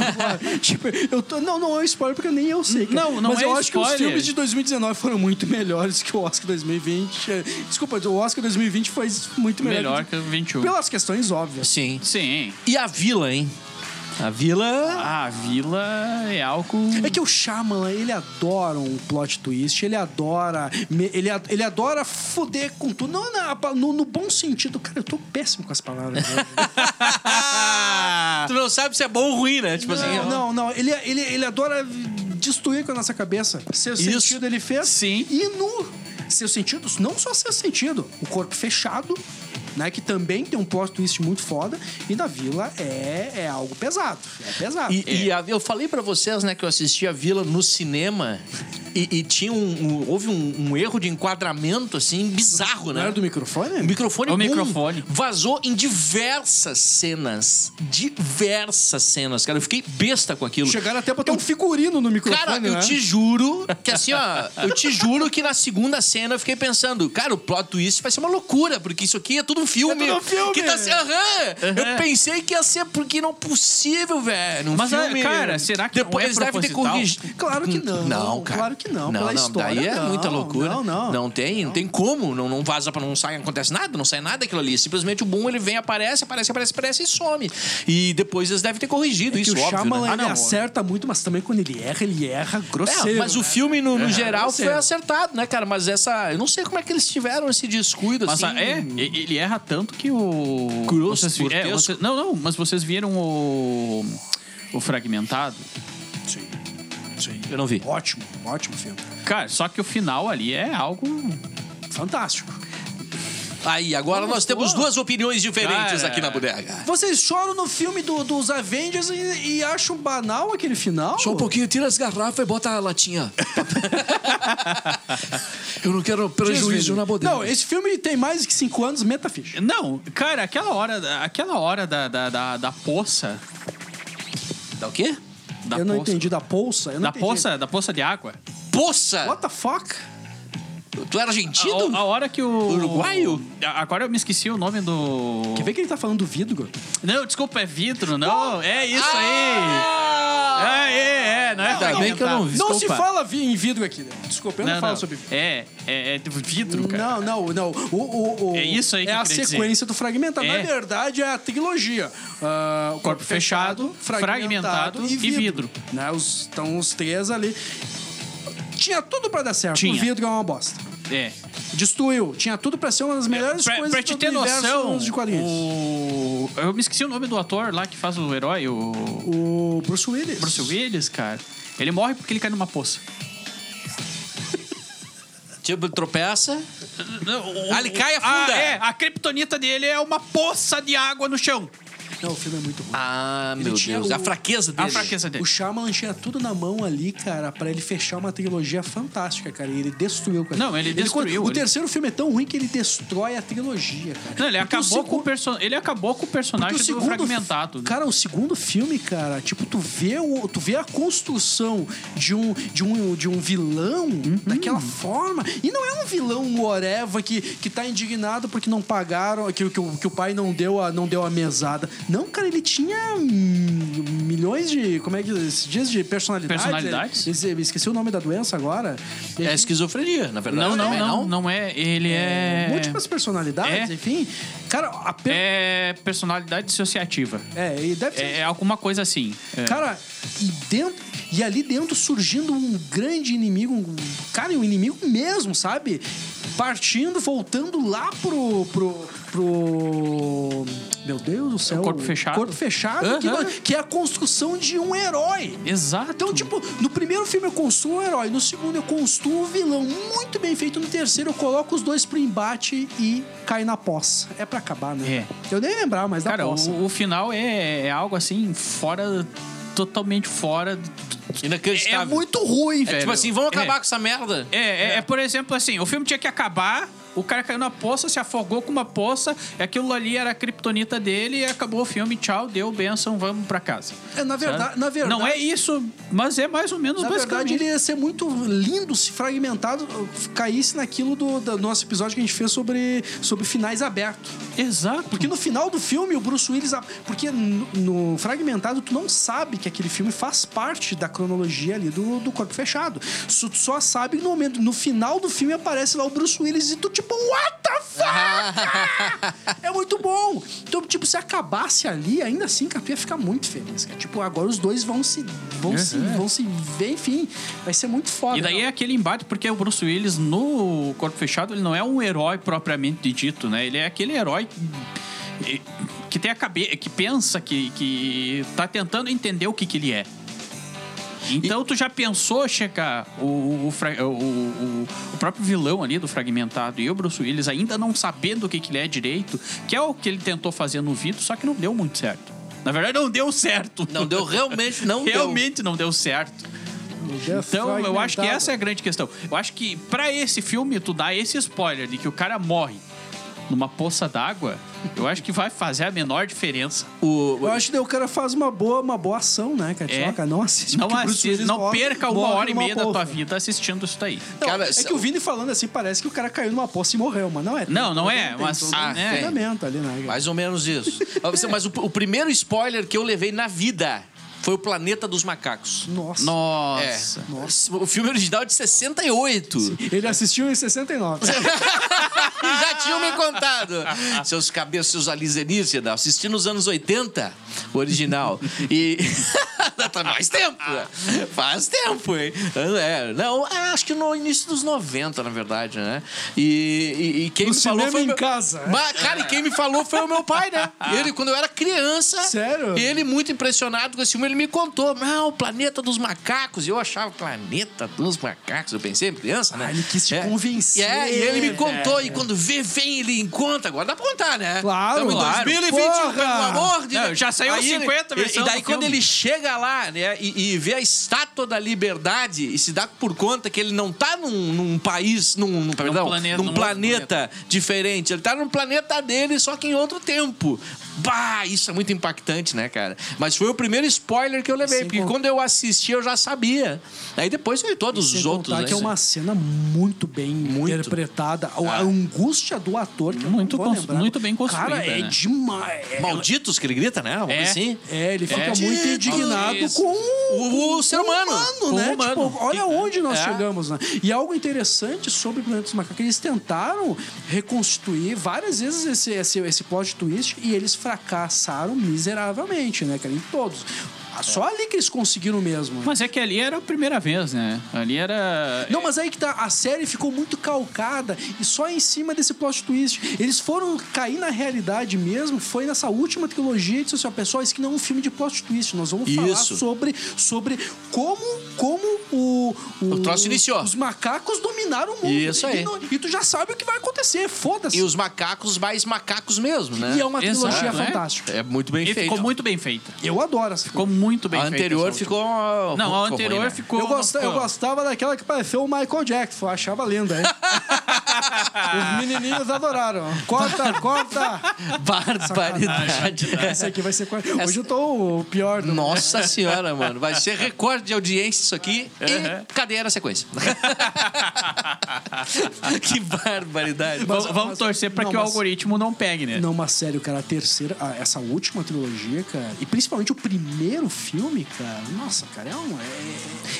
(laughs) tipo, eu tô, não, não é um spoiler porque nem eu sei. cara. Não, não Mas é eu acho que os spoiler. filmes de 2019 foram muito melhores que o Oscar 2020. É, Desculpa, o Oscar 2020 foi muito melhor. Melhor que o 21. Pelas questões óbvias. Sim. Sim. E a vila, hein? A vila. A vila é algo... É que o Shyamalan, ele adora um plot twist, ele adora. me- Ele, a- ele adora foder com tudo. Não na- no, no bom sentido. Cara, eu tô péssimo com as palavras. né? Ah! (laughs) Ah, Tu não sabe se é bom ou ruim, né? Tipo assim. Não, não, não. Ele, ele, ele adora destruir com a nossa cabeça. Seu Isso. sentido ele fez. Sim. E no seu sentido, não só seu sentido, o corpo fechado, né? Que também tem um plot twist muito foda. E na vila é, é algo pesado. É pesado. E, e a- eu falei pra vocês, né, que eu assisti a Vila no cinema e, e tinha um, um- houve um, um erro de enquadramento assim bizarro, Não né? era do microfone? O microfone, É o boom, microfone. vazou em diversas cenas, diversas cenas, cara. Eu fiquei besta com aquilo. Chegaram até a botar um figurino no microfone, Cara, eu né? te juro que assim, ó, eu te juro que na segunda cena eu fiquei pensando, cara, o plot twist vai ser uma loucura, porque isso aqui é tudo um filme. É tudo um filme. Que tá, se- aham. Eu pensei que ia ser porque não é possível, velho. Um Mas, é, filme- cara, será que não Depois é eles devem ter proposital? corrigido. Claro que não. Não, cara. Claro que não. Não, Pela não, história, daí é não. muita loucura. Não, não. tem, não tem como, não, não vaza para não sai, não acontece nada, não sai nada aquilo ali. Simplesmente o boom ele vem, aparece, aparece, aparece, aparece e some. E depois eles devem ter corrigido É que isso, o óbvio. né? Shyamalan, Ah, ele não. acerta muito, mas também quando ele erra, ele erra É, grosseiro. né? mas o filme, no, no geral, foi grosseiro. acertado, né, cara? Mas essa. Eu não sei como é que eles tiveram esse descuido, Mas assim. a- é, e- ele erra tanto que o. Grosso, vocês vi- é, grotesco. vocês- não, não, mas vocês viram o. O fragmentado. Sim. Sim. Eu não vi. Ótimo, ótimo filme. Cara, só que o final ali é algo. Fantástico. Aí, agora nós temos duas opiniões diferentes Cara. aqui na bodega. Vocês choram no filme do- dos Avengers e, e acham banal aquele final? um um pouquinho, tira as garrafas e bota a (laughs) latinha. eu não quero Diz, Vini. Não, esse filme tem mais que 5 anos, meta ficha. Não, cara, aquela hora, aquela hora da, da, da, da poça. Dá Tá o quê? Da eu não poça, entendi da bolsa. Eu não Da entendi. poça, da poça de água. Poça! What the fuck? Tu era A, argentino? a hora que o. Uruguaio? A- Agora eu me esqueci o nome do. Quer ver que ele tá falando do vidro? Não, desculpa, é vidro, não. É isso aí. Ah! É, é, é. não é Ainda bem que eu não vi. Não Desculpa. se fala vi- em vidro aqui. né? Desculpa, eu não, falo sobre vidro. É, é, é de vidro, cara. Não, não, não. O, o- o- É isso aí que É eu a queria dizer. sequência do fragmentado. É. Na verdade, é a trilogia. Ah, o Corpo Fechado, Fragmentado e Vidro. Né? Os, estão os três ali. Tinha tudo pra dar certo. Tinha. O vidro é uma bosta. É. Destruiu. Tinha tudo pra ser uma das melhores Pra, coisas pra te do ter universo noção, de quadrinhos. o... eu me esqueci o nome do ator lá que faz o herói, o O... Bruce Willis. Bruce Willis, cara. Ele morre porque ele cai numa poça. Tipo, tropeça. O- Ah, ele cai e afunda. Ah, é, a criptonita dele é uma poça de água no chão. Não, o filme é muito ruim. Ah, meu tinha Deus. o- A fraqueza dele. A fraqueza dele. O Shyamalan tinha tudo na mão ali, cara, pra ele fechar uma trilogia fantástica, cara. E ele destruiu, cara. Não, ele destruiu, O ele- terceiro filme é tão ruim que ele destrói a trilogia, cara. Então, Não, ele Porque o acabou, secu- com o perso... ele acabou com o porque personagem o do segundo fragmentado. né? Cara, o segundo filme, cara, tipo, tu vê, o, tu vê a construção de um, de um, de um vilão Uhum. daquela forma. E não é um vilão oreva que, que tá indignado porque não pagaram, que, que, o- que o pai não deu, a, não deu a mesada. Não, cara, ele tinha hum, milhões de. Como é que se diz? De personalidades. Personalidades? Ele- ele- Esqueci o nome da doença agora. É esquizofrenia, na verdade. Não, não, também, não, não é. Ele é. Múltiplas personalidades, É. enfim. Cara, a per- é. É personalidade dissociativa. e deve ser É, é alguma coisa assim. É. Cara, e, dentro, e ali dentro surgindo um grande inimigo, um, cara, um inimigo mesmo, sabe? Partindo, voltando lá pro. pro, pro meu Deus do céu. corpo fechado. Corpo fechado, que, que é a construção de um herói. Exato. Então, tipo, no primeiro filme eu construo o herói, no segundo eu construo o vilão, muito bem feito. No terceiro eu coloco os dois pro embate e cai na poça. É pra acabar, né? Eu nem lembrar, mas da Cara, poça. o, o final é, é algo assim, fora. Totalmente fora. Inacreditável. É Muito ruim, É velho. tipo assim, vamos acabar É. com essa merda. É, é, é, por exemplo, assim, o filme tinha que acabar, o cara caiu na poça, se afogou com uma poça, e aquilo ali era a kriptonita dele, e acabou o filme, tchau, deu benção, vamos pra casa. É, na verdade- Sabe? na verdade- Não é isso, mas é mais ou menos Na basicamente. verdade, ele ia ser muito lindo se fragmentado caísse naquilo do, do nosso episódio que a gente fez sobre, sobre finais abertos. Exato. Porque no final do filme, o Bruce Willis. a- Porque no, no fragmentado, tu não sabe que aquele filme faz parte da cronologia ali do, do corpo fechado. Su- Tu só sabe no momento. No final do filme aparece lá o Bruce Willis e tu, tipo, what the (laughs) fuck? é muito bom. Então, tipo, se acabasse ali, ainda assim, cara, tu ia ficar muito feliz. cara. Tipo, agora os dois vão se. vão se. vão se ver, enfim. Vai ser muito foda. Uhum. né? E daí é aquele embate, porque o Bruce Willis no Corpo Fechado, ele não é um herói propriamente dito, né? Ele é aquele herói que, que tem a cabeça, que pensa, que, que tá tentando entender o que que ele é. Então tu já pensou chegar o, o, o fra- o- o- o próprio vilão ali do Fragmentado e o Bruce Willis ainda não sabendo o que, que ele é direito, que é o que ele tentou fazer no vídeo, só que não deu muito certo. Na verdade, não deu certo. Não deu realmente, não deu. (laughs) Realmente não deu certo. Então, eu acho que essa é a grande questão. Eu acho que pra esse filme, tu dá esse spoiler de que o cara morre numa poça d'água, eu acho que vai fazer a menor diferença. O- Eu acho que daí o cara faz uma boa, uma boa ação, né, cara? É. Sei lá, cara, não assiste. Não, porque o Bruce assiste- Willis não morre- perca uma morre hora e numa meia da tua porra. vida assistindo isso daí. Não, Cara, é se- que o Vini falando assim, parece que o cara caiu numa poça e morreu, mas não é. Não, não é, Tem mas- todo ah, um é. fundamento ali, né? cara? Mais ou menos isso. Mas, você- mas o, o primeiro spoiler que eu levei na vida foi o Planeta dos Macacos. Nossa. Nossa. É. O filme original é de 68. Ele assistiu em 69. é (laughs) E Já tinham me contado. Seus cabeços, seus alienígenas. Assisti nos anos 80, o original. E. (laughs) Tá mais tempo. né? Faz tempo, hein? É, não, acho que no início dos 90, na verdade, né? E, e- e quem No me falou cinema foi. o em meu- casa. é? Mas, cara, e quem me falou foi o meu pai, (laughs) né? Ele, quando eu era criança. Sério? Ele, muito impressionado com esse filme, ele me contou. Não, o Planeta dos Macacos. E eu achava Planeta dos Macacos. Eu pensei, criança, né? Ah, ele quis te convencer, É, e ele me velho. contou. E quando vê, vem, ele encontra. Agora dá pra contar, né? Claro, Estamos em claro. 2021, pelo Porra! amor de Não, já saiu Aí ele- 50 e- versão E daí, do quando filme. ele chega lá, né, e, e vê a estátua da liberdade e se dá por conta que ele não tá num, num país, num, num- perdão, planeta, num num outro planeta diferente. Ele tá num planeta dele, só que em outro tempo. Bah, isso é muito impactante, né, cara? Mas foi o primeiro spoiler que eu levei, Sem porque con- quando eu assisti eu já sabia. Aí depois foi todos Sem os outros. contar né? que é uma cena muito bem interpretada. A angústia do ator, que eu não Ah. Muito vou cons- lembrar. muito bem construída, Cara, é né? demais. É- Malditos que ele grita, né? Uma É. coisa assim. É, ele fica É. muito indignado Isso. com O, o ser humano. humano, O né? humano. Tipo, olha onde nós É. chegamos, né? E algo interessante sobre o Planeta dos Macacos, eles tentaram reconstruir várias vezes esse, esse, esse plot twist e eles fracassaram miseravelmente, né, cara? Em todos. Só ali que eles conseguiram mesmo. Mas é que ali era a primeira vez, né? Ali era. Não, mas aí que tá, a série ficou muito calcada e só em cima desse plot twist. Eles foram cair na realidade mesmo, foi nessa última trilogia e disse assim, ó, pessoal, isso aqui não é um filme de plot twist, nós vamos falar Isso. sobre, sobre como, como o, O troço iniciou. Os macacos dominaram o mundo. Isso aí. E, não- e tu já sabe o que vai acontecer, foda-se. E os macacos mais macacos mesmo, né? E é uma Exato, trilogia né? fantástica. É muito bem E feito. ficou muito bem feita. Eu adoro essa Ficou muito bem a feita. anterior essa última. ficou. uma- Não, a ficou anterior ruim, né? ficou. eu, gosta- eu ficou- gostava daquela que pareceu o Michael Jackson, eu achava linda, hein? (laughs) Os menininhos adoraram. Corta, (laughs) corta! Barbaridade. Esse aqui vai ser. corta. Hoje eu tô o pior. do- Nossa senhora, mano. Vai ser recorde de audiência isso aqui. E cadê era a sequência? (laughs) que barbaridade. Mas- Vamos, vamos mas- torcer pra não, que o mas- algoritmo não pegue, né? Não, mas sério, cara, a terceira, a- essa última trilogia, cara, e principalmente o primeiro filme, cara, nossa, cara, é um.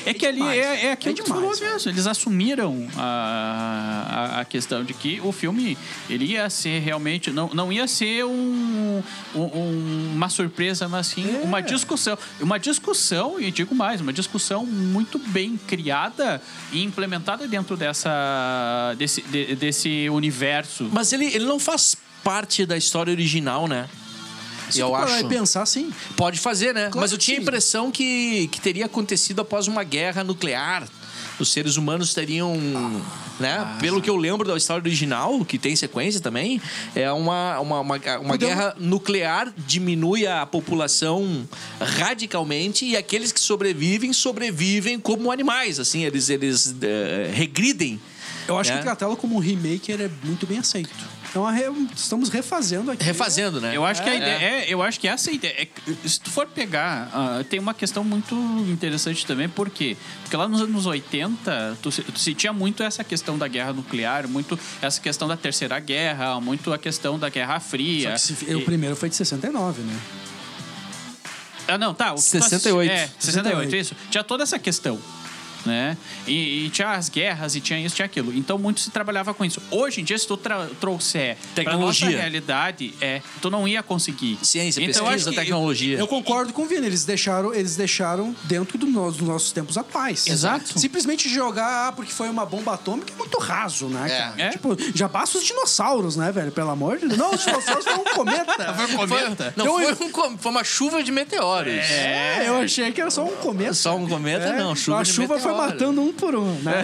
É, É que ali demais, é, é aquilo que tu falou velho. mesmo. Eles assumiram a, a, a questão de que o filme ele ia ser realmente. Não, não ia ser um, um- um- uma surpresa, mas sim uma discussão. Uma discussão, e digo mais, uma discussão muito bem criada e implementada dentro dessa, desse, de- desse universo. Mas ele, ele não faz parte da história original, né? é Se eu tu parar acho. e pensar, sim. Pode fazer, né? Claro Mas eu que tinha a sim. impressão que, que teria acontecido após uma guerra nuclear. Os seres humanos teriam, né? Ah. Pelo que eu lembro da história original, que tem sequência também, é uma, uma, uma, uma guerra nuclear diminui a população radicalmente e aqueles que sobrevivem, sobrevivem como animais, assim, eles, eles eh, regridem. Eu acho É. né? que tratá-lo como um remake ele é muito bem aceito. Então a re- estamos refazendo aqui. Refazendo, né? Eu acho que a É. ideia, é, eu acho que essa é a ideia. É que, se tu for pegar, ah, tem uma questão muito interessante também, por quê? Porque lá nos anos 80, tu, se- tu sentia muito essa questão da guerra nuclear, muito essa questão da terceira guerra, muito a questão da Guerra Só Fria. que se- o E- é. primeiro foi de 69, né? Ah, não, tá. O que tu 68. assisti- É, 68, isso. Tinha toda essa questão. Né? E, e tinha as guerras e tinha isso, tinha aquilo. Então muito se trabalhava com isso. Hoje em dia, se tu tra- trouxer pra nossa Tecnologia. realidade, é, tu não ia conseguir. Ciência, Então, eu pesquisa, acho que- tecnologia. Eu concordo com o Vini, eles deixaram, eles deixaram dentro do no- dos nossos tempos a paz. Exato. Simplesmente jogar ah, porque foi uma bomba atômica é muito raso, né, É. cara? É. Tipo, já basta os dinossauros, né, velho? Pelo amor de Deus. Não, os dinossauros foram um (laughs) cometa. Comenta. Não, Eu- (laughs) foi, um com- foi uma chuva de meteoros. É, eu achei que era só um cometa. É. Só um cometa, não. Chuva a de chuva foi meteoro. matando um por um, né?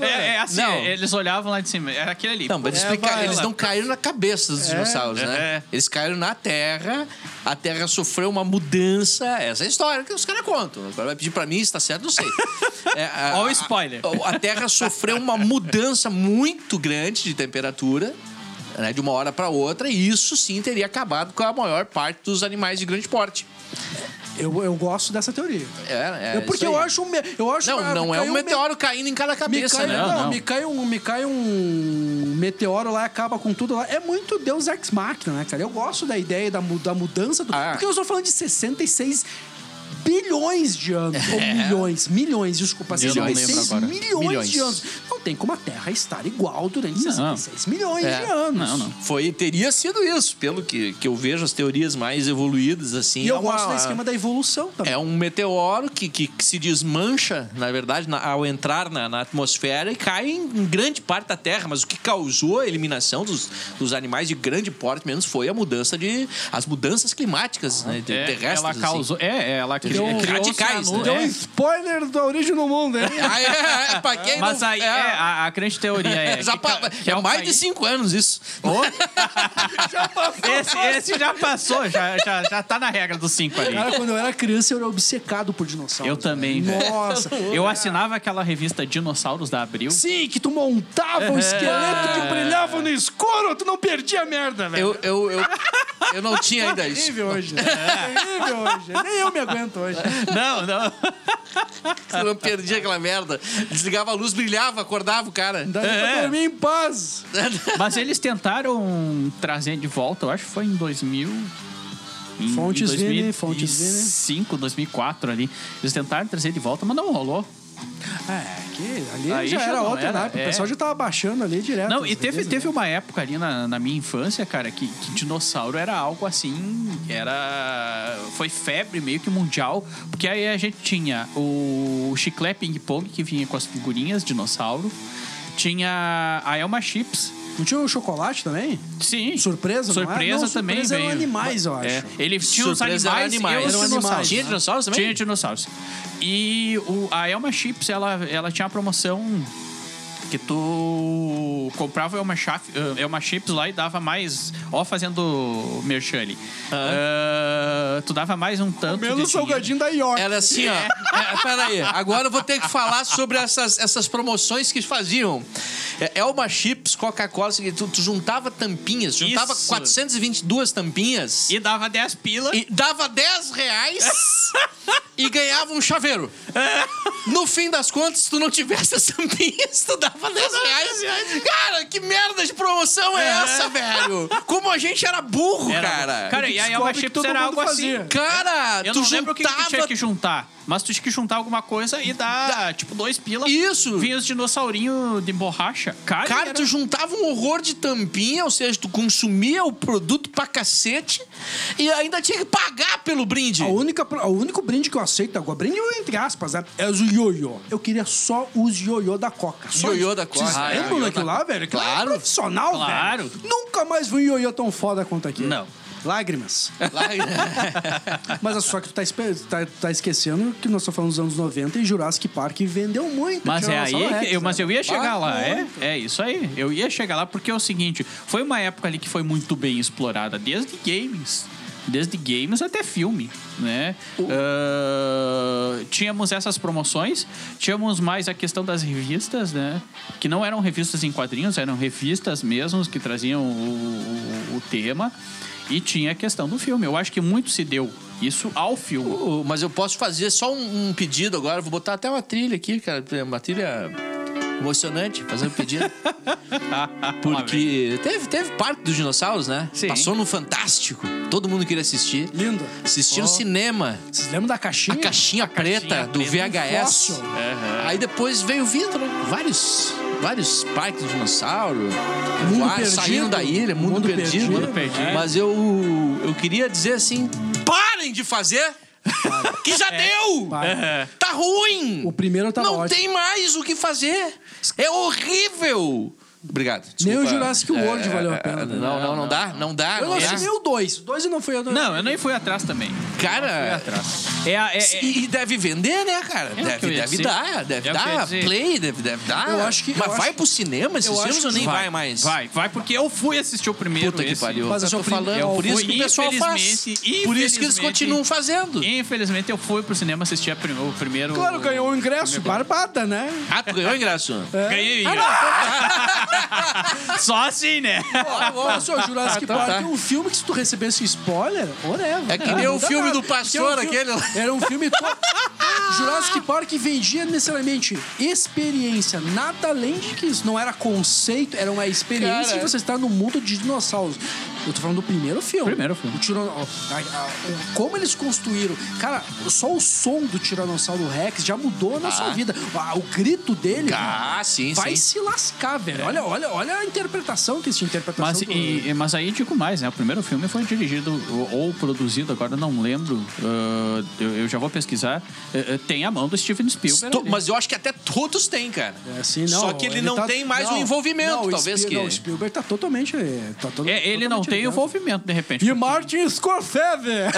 É, é assim, Não. eles olhavam lá de cima, era aquele ali. Não, mas eles, É, explica- vai eles lá. não caíram na cabeça dos dinossauros, né? é. Eles caíram na Terra, a Terra sofreu uma mudança. Essa é a história que os caras contam. Agora vai pedir pra mim se tá certo, não sei. É, a- Olha o a- spoiler. A, Terra sofreu uma mudança muito grande de temperatura. né, de uma hora pra outra, e isso sim teria acabado com a maior parte dos animais de grande porte. Eu, eu gosto dessa teoria. É, é Eu- porque isso aí. eu acho um. me- Eu acho Não, ah, não é caiu um meteoro caindo em cada Me cabeça, cai, né? não, não. Me, cai um, me cai um meteoro lá e acaba com tudo lá. É muito Deus Ex Machina, né, cara? Eu gosto da ideia da, mu- da mudança do... Ah. Porque nós estamos falando de 66 bilhões de anos. Ou milhões, milhões, desculpa. Eu não lembro 66 agora. milhões, Milhões. de anos. Não tem como a Terra estar igual durante Não. 66 milhões É. de anos. Não, não. Foi, teria sido isso, pelo que, que eu vejo as teorias mais evoluídas, assim. E eu é uma- gosto do esquema da evolução também. É um meteoro que, que, que se desmancha, na verdade, na- ao entrar na, na atmosfera e cai em, em grande parte da Terra. Mas o que causou a eliminação dos, dos animais de grande porte menos foi a mudança de. as mudanças climáticas, né? de- É, terrestres. ela assim. causou. É, é, ela cri- Deu- criou radicais, oceano, né? é. um spoiler da origem do mundo, (laughs) hein? (laughs) Ah, é, é, pra quem Mas não- aí é, a, a grande teoria é. já que pa- ca- que é ao mais cair- de cinco anos isso. Esse, esse já passou, já, já, já tá na regra dos cinco ali. Cara, quando eu era criança, eu era obcecado por dinossauros. Eu também, velho. Nossa. Eu assinava aquela revista Dinossauros da Abril. Sim, que tu É. montava um esqueleto que brilhava no escuro, tu não perdia a merda, velho. Eu, eu, eu, Eu não tinha ainda isso. Terrível hoje. né? É. Terrível hoje. Nem eu me aguento hoje. Não, não. Eu não perdia aquela merda. Desligava a luz, brilhava, acordava o cara. Dá É. pra dormir em paz. Mas eles tentaram trazer de volta, eu acho que foi em 2000. em Fontes Vini, Fontes Vini. 2005, 2004 ali. Eles tentaram trazer de volta, mas não rolou. É, que ali Aí já já era não outra era, naipe. O é. pessoal já tava baixando ali direto. Não, e às teve, vezes, teve um né? uma época ali na, na minha infância, cara, que, que dinossauro era algo assim. Era. Foi febre meio que mundial. Porque aí a gente tinha o chiclé ping-pong, que vinha com as figurinhas, dinossauro. Tinha a Elma Chips. Não tinha o chocolate também? Sim. Surpresa, não era? Surpresa Não, surpresa também eram veio. É. animais, eu acho. Ele tinha os Surpresa, era animais, animais. e os Eram dinossauros. animais. Tinha dinossauros também? Tinha dinossauros. E o- a Elma Chips, ela, ela tinha uma promoção que tu comprava Elma, Chaf, eh, Elma Chips lá e dava mais... Ó, fazendo merchan ali. Ah, tu dava mais um tanto de Menos o dinheiro. salgadinho da York. Era assim, ó. É, peraí, agora eu vou ter que falar sobre essas, essas promoções que faziam. É, Elma Chips, Coca-Cola, assim, tu, tu juntava tampinhas, juntava Isso. 422 tampinhas e, E dava 10 pila. dava 10 reais e ganhava um chaveiro. No fim das contas, se tu não tivesse as tampinhas, tu dava 10 reais. Cara, que merda de promoção é, essa, velho? Como a gente era burro, Era- cara. cara, e a Elma Descobre que Chips todo era mundo algo fazia. assim. Cara, Eu tu não juntava lembro o que, que tinha que juntar, mas tu tinha que juntar alguma coisa e dar, tipo, dois pila. Isso. Vinha os dinossaurinhos de borracha. Cara, Cara, tu era... juntava um horror de tampinha, ou seja, tu consumia o produto pra cacete e ainda tinha que pagar pelo brinde. A única, o único brinde que eu aceito agora, brinde entre aspas, né? É os ioiô. Eu queria só os ioiô da Coca. Só Ioiô isso. da Coca. Vocês Ah, é, lembram ioiô daquilo da- lá, velho? Aquilo lá Claro. É profissional, Claro. velho. Nunca mais vi um ioiô tão foda quanto aqui. Não. (laughs) Lágrimas. Lá- Mas é só que tu tá, espe- tá- tá esquecendo que nós estamos falando dos anos 90 e Jurassic Park vendeu muito. Mas é aí Tiranossauro Rex, que eu, mas né? eu ia chegar Ah, lá, é, muito. é isso aí. Eu ia chegar lá porque é o seguinte, foi uma época ali que foi muito bem explorada, desde games, desde games até filme, né? Uh. Ah, tínhamos essas promoções, tínhamos mais a questão das revistas, né? Que não eram revistas em quadrinhos, eram revistas mesmo que traziam o, o- o tema e tinha a questão do filme. Eu acho que muito se deu isso ao filme. Uh. Ô, Mas eu posso fazer só um, um pedido agora, vou botar até uma trilha aqui, cara, é uma trilha emocionante, fazendo (laughs) pedido. Porque teve, teve parte dos dinossauros, né? Sim. Passou no Fantástico, todo mundo queria assistir. Lindo. Assistir no cinema, Vocês lembram da caixinha? é um a caixinha preta do preta. VHS. Fóssil. Aí depois veio vindo né? vários, vários parques de dinossauro. Mundo vários Perdido. Saindo da ilha, mundo, Mundo perdido. Perdido. Mundo Perdido. Mas eu, eu queria dizer assim: parem de (laughs) fazer! Que já deu! É, Para. Tá ruim! O primeiro tava Não ótimo. tem mais o que fazer! É horrível! Obrigado. Nem o desculpa. É, Jurassic World valeu a pena. né? Não, não, não dá, não dá. Eu não é. não dá. assinei o 2. O 2 não foi eu. Não, eu nem fui atrás também. Cara, É, a- é, é- E, e deve vender, né, cara? o que deve eu ia deve dizer. dar, deve É o que eu ia dar dizer. play, deve, deve dar. Eu acho que- Mas eu vai acho- pro cinema esses eu filmes acho ou que nem vai, mais? Vai, vai, porque eu fui assistir o primeiro. Puta que esse. pariu. Mas eu tô sou prim- falando, eu por isso que o fui, pessoal faz. infelizmente, Por isso que eles infelizmente. continuam fazendo. Infelizmente, eu fui pro cinema assistir a prim- o primeiro. Claro, ganhou o ingresso. Barbada, né? Ah, tu ganhou ingresso? Ganhei. Ah, (laughs) Só assim, né? Olha só, Jurassic Então Park tá. é um filme que se tu recebesse spoiler, whatever. É que nem Não o dá filme do nada. pastor, Porque é um fi- aquele Era um filme... to- Jurassic Park vendia necessariamente experiência, nada além de que isso. Não era conceito, era uma experiência Cara. e você está no mundo de dinossauros. Eu tô falando do primeiro filme. Primeiro filme. O tirano... ó, a- a- o- Como eles construíram. Cara, só o som do Tiranossauro Rex já mudou a nossa Ah. vida. Ah, O grito dele... Ah, sim, Vai sim. se lascar, velho. Olha, olha, olha a interpretação que eles tinham. Interpretação Mas, do- e- e- mas aí digo mais, né? O primeiro filme foi dirigido ou, ou produzido, agora eu não lembro. ah, eu, eu já vou pesquisar. Eh, eh, tem a mão do Steven Spielberg. To- ali. Mas eu acho que até todos têm, cara. É assim, não, Só que ele, não tá- tem mais o não, envolvimento, não, o talvez Spiel- que. não, o Spielberg tá totalmente. Tá to- É, ele não totalmente tem ligado. envolvimento, de repente. E (laughs) Martin Scorsese!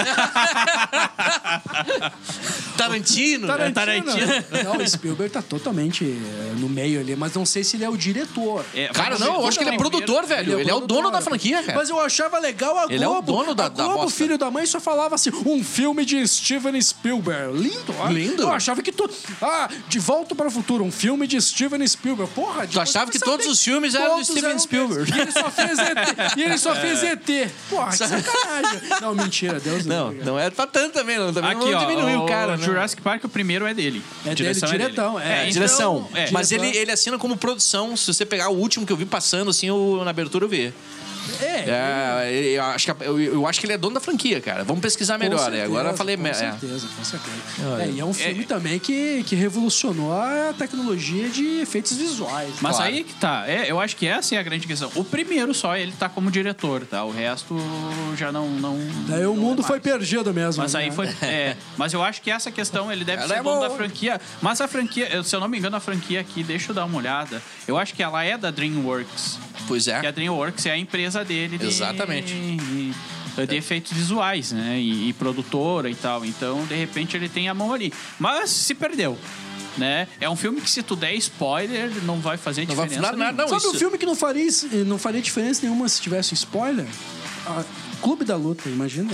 Tarantino. né? Tarantino! Não, o Spielberg tá totalmente é, no meio ali, mas não sei se ele é o diretor. É, Cara, mas não, eu ele- acho que ele é primeiro- produtor, velho. Ele é o produtor. dono da franquia, cara. Mas eu achava legal a Globo. Ele é o dono da- A da Globo, bosta. filho da mãe, só falava assim, um filme de Steven Spielberg. Lindo, ó. Lindo. Eu achava que muito. Ah, De Volta para o Futuro, um filme de Steven Spielberg. Porra, Tu achava que todos os filmes eram do Steven Spielberg. É. E ele só fez ET. (laughs) E ele só fez ET. Porra, que sacanagem. Não, mentira, Deus Não, livre. não é pra tanto também, não. Também Aqui, não ó, diminuir o cara, né? Jurassic Park, o primeiro é dele. É dele, diretão, é. então, Direção. é. Mas diretor. ele, ele assina como produção. Se você pegar o último que eu vi passando, assim, eu- na abertura eu vi. É, É, eu- eu, acho que, eu, eu acho que ele é dono da franquia, cara. Vamos pesquisar Com melhor. né? certeza, Agora eu falei. Com me- é. certeza, com certeza. É, e é um filme também que, que revolucionou a tecnologia de efeitos visuais. Mas Claro. aí que tá. É, eu acho que essa é a grande questão. O primeiro só ele tá como diretor, tá? O resto já não. não Daí não o é mundo foi mais. perdido mesmo. Mas aí né? foi. é, mas eu acho que essa questão ele deve Ela é ser dono da boa. franquia. Mas a franquia, eu- se eu não me engano, a franquia aqui, deixa eu dar uma olhada. Eu acho que ela é da DreamWorks. Pois Que a é. DreamWorks é a empresa dele. de- Exatamente. De, de efeitos visuais, né? E, e produtora e tal. Então, de repente, ele tem a mão ali. Mas se perdeu. Né? É um filme que se tu der spoiler, não vai fazer Não vai diferença. nada, nada, nenhuma. não. Sabe isso. um filme que não faria, isso- não faria diferença nenhuma se tivesse spoiler? Ah, Clube da Luta, imagina.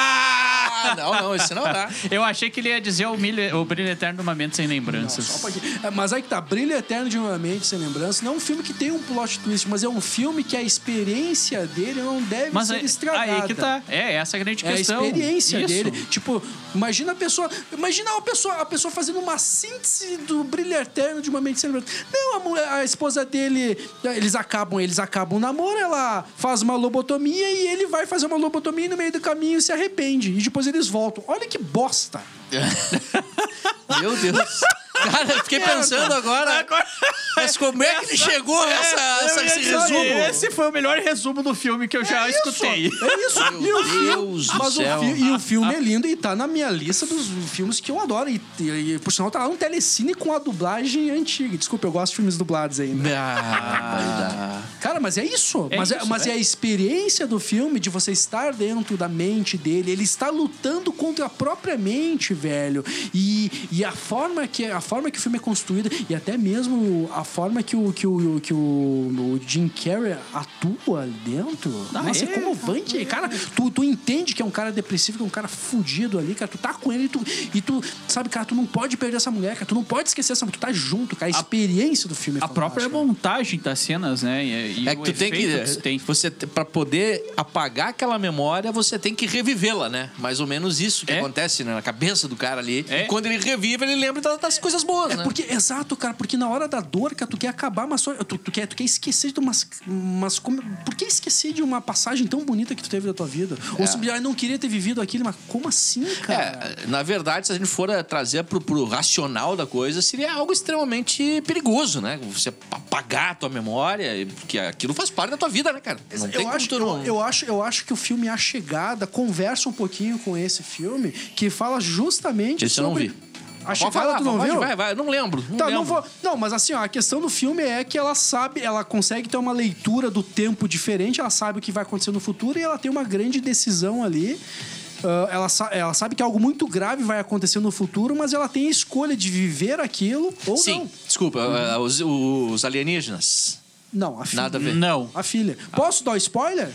Ah, não, não, esse não dá. (laughs) Eu achei que ele ia dizer o, milho, o Brilho Eterno de uma Mente Sem Lembranças. Só pode- É, Mas aí que tá, Brilho Eterno de uma Mente Sem Lembrança não é um filme que tem um plot twist, mas é um filme que a experiência dele não deve Mas ser aí, estragada. aí que tá. É, essa é a grande É a questão. experiência Isso. dele. Tipo, imagina a pessoa. Imagina a pessoa, a pessoa fazendo uma síntese do brilho eterno de uma mente sem lembrança. Não, a, mulher- a esposa dele. Eles acabam, eles acabam o namoro, ela faz uma lobotomia e ele vai fazer uma lobotomia e no meio do caminho se arrepende. E depois eles voltam. Olha que bosta! Meu Deus. Cara, eu fiquei pensando agora. (laughs) Mas como é que ele chegou a essa, É, essa- esse Esse resumo- resumo? Esse foi o melhor resumo do filme que eu já escutei. É isso, (laughs) Meu e o filme- Deus do mas o céu. fi- e o filme é lindo e tá na minha lista dos filmes que eu adoro. E, e- e, por sinal, tá lá no telecine com a dublagem antiga. Desculpa, eu gosto de filmes dublados ainda. Ah, Cara, mas é isso. É mas é, isso, mas é. é a experiência do filme de você estar dentro da mente dele. Ele está lutando contra a própria mente, velho. E, e a, forma que, a forma que o filme é construído, e até mesmo a forma que o, que o, que o, o Jim Carrey atua dentro. Ah, Nossa, é é? comovante. Cara, tu, tu entende que é um cara depressivo, que é um cara fudido ali, cara. Tu tá com ele e tu, e tu, sabe, cara, tu não pode perder essa mulher, cara. Tu não pode esquecer essa mulher. Tu tá junto, cara. A experiência do filme é A própria fantástica. montagem das cenas, né? E, e é que o tu tem que. efeito se tem. Você, te- pra poder apagar aquela memória, você tem que revivê-la, né? Mais ou menos isso que É. acontece né? na cabeça do cara ali. É. E quando ele revive, ele lembra das, das coisas boas, É né? porque, exato, cara, porque na hora da dor, cara, tu quer acabar, mas só, tu, tu quer, tu quer esquecer de umas. umas como- por que esquecer de uma passagem tão bonita que tu teve da tua vida? Ou se ah, não queria ter vivido aquilo, mas como assim, cara? É, na verdade, se a gente for eh, trazer pro, pro racional da coisa, seria algo extremamente perigoso, né? Você apagar a tua memória, e- porque aquilo faz parte da tua vida, né, cara? Não tem eu, como acho, tu não... eu, eu acho, eu acho que o filme A Chegada conversa um pouquinho com esse filme que fala justamente Esse eu não sobre. vi. A Pode Chegada falar, tu não pode, viu? vai, vai, eu não lembro. Não Tá, lembro. não vou. Não, mas assim, ó, a questão do filme é que ela sabe, ela consegue ter uma leitura do tempo diferente, ela sabe o que vai acontecer no futuro e ela tem uma grande decisão ali. Ah, ela, sa- ela sabe que algo muito grave vai acontecer no futuro, mas ela tem a escolha de viver aquilo ou Sim, não. desculpa, eh, os, os alienígenas. Não, a filha. Nada Ah. a ver. Não. A filha. Posso dar spoiler?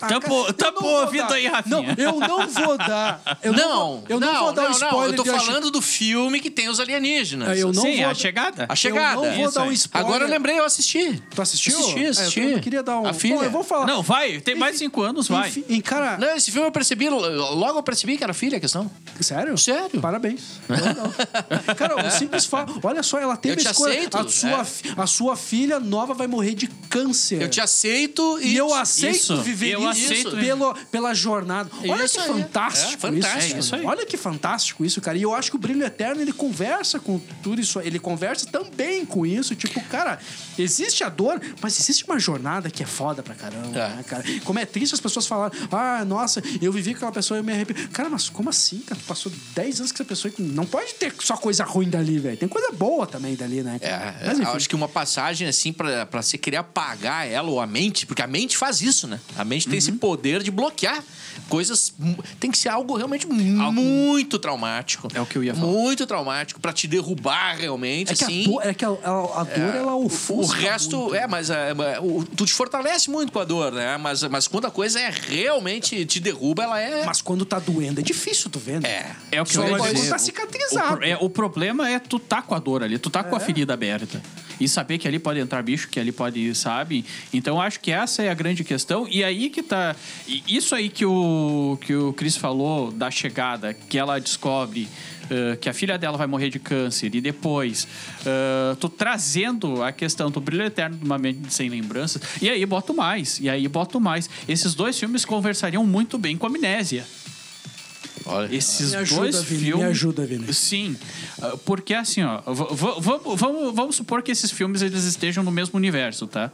Ah, Tampa- cara, eu tampa não o vou ouvido dar. aí, Rafinha. Não, eu não vou dar. Eu não, vou- eu não, vou dar não, spoiler. Eu tô de A Che- falando do filme que tem os alienígenas. É, eu não Sim, vou a chegada. A chegada. Eu não vou Isso dar um aí. spoiler. Agora eu lembrei, eu assisti. Tu assistiu? Assisti, assisti. É, eu também queria dar um. A filha. Bom, eu vou falar. Não, vai. Tem mais cinco anos, vai. Enfim, em cara. Não, esse filme eu percebi, logo eu percebi que era filha a questão. Sério? Sério. (laughs) Parabéns. Eu não. cara, o simples fato. Olha só, ela teve Eu te a escolha. aceito, a, sua, é. fi- a sua filha nova vai morrer de câncer. Eu te aceito e. É. E eu aceito Isso. viver Eu isso aceito, pelo, pela jornada. Olha Isso que aí. fantástico, É, fantástico. isso. É isso aí. Olha que fantástico isso, cara. E eu acho que o Brilho Eterno, ele conversa com tudo isso. Ele conversa também com isso. Tipo, cara, existe a dor, mas existe uma jornada que é foda pra caramba, É. né, cara? Como é triste as pessoas falarem, ah, nossa, eu vivi com aquela pessoa e eu me arrependi. Cara, mas como assim, cara? Tu passou 10 anos com essa pessoa e não pode ter só coisa ruim dali, velho. Tem coisa boa também dali, né? É, cara? é, acho que uma passagem assim pra, pra você querer apagar ela ou a mente, porque a mente faz isso, né? A mente tem tem Uhum. esse poder de bloquear coisas. mu- Tem que ser algo realmente muito traumático. É o que eu ia falar. Muito traumático pra te derrubar realmente, É que, assim. a dor, é que a, a- a dor, ela ofusca O resto, muito. é, mas é, mas, o- tu te fortalece muito com a dor, né? Mas, mas quando a coisa é realmente te derruba, ela é. Mas quando tá doendo, é difícil, tu vendo? É. É o que Só eu ia pode dizer. tá O- cicatrizado. O, pro- é, o problema é tu tá com a dor ali, tu tá com a ferida aberta. E saber que ali pode entrar bicho, que ali pode, sabe? Então acho que essa é a grande questão. E aí que tá. e isso aí que o, que o Chris falou da chegada, que ela descobre eh, que a filha dela vai morrer de câncer e depois eh, tu trazendo a questão do brilho eterno de uma mente sem lembranças. E aí boto mais, e aí boto mais. Esses dois filmes conversariam muito bem com a amnésia. Olha, Esses Me ajuda, dois Vini, me filmes. ajuda, Vini. Sim. ah, Porque assim, ó, v- v- vamos, vamos, vamos supor que esses filmes eles estejam no mesmo universo, tá?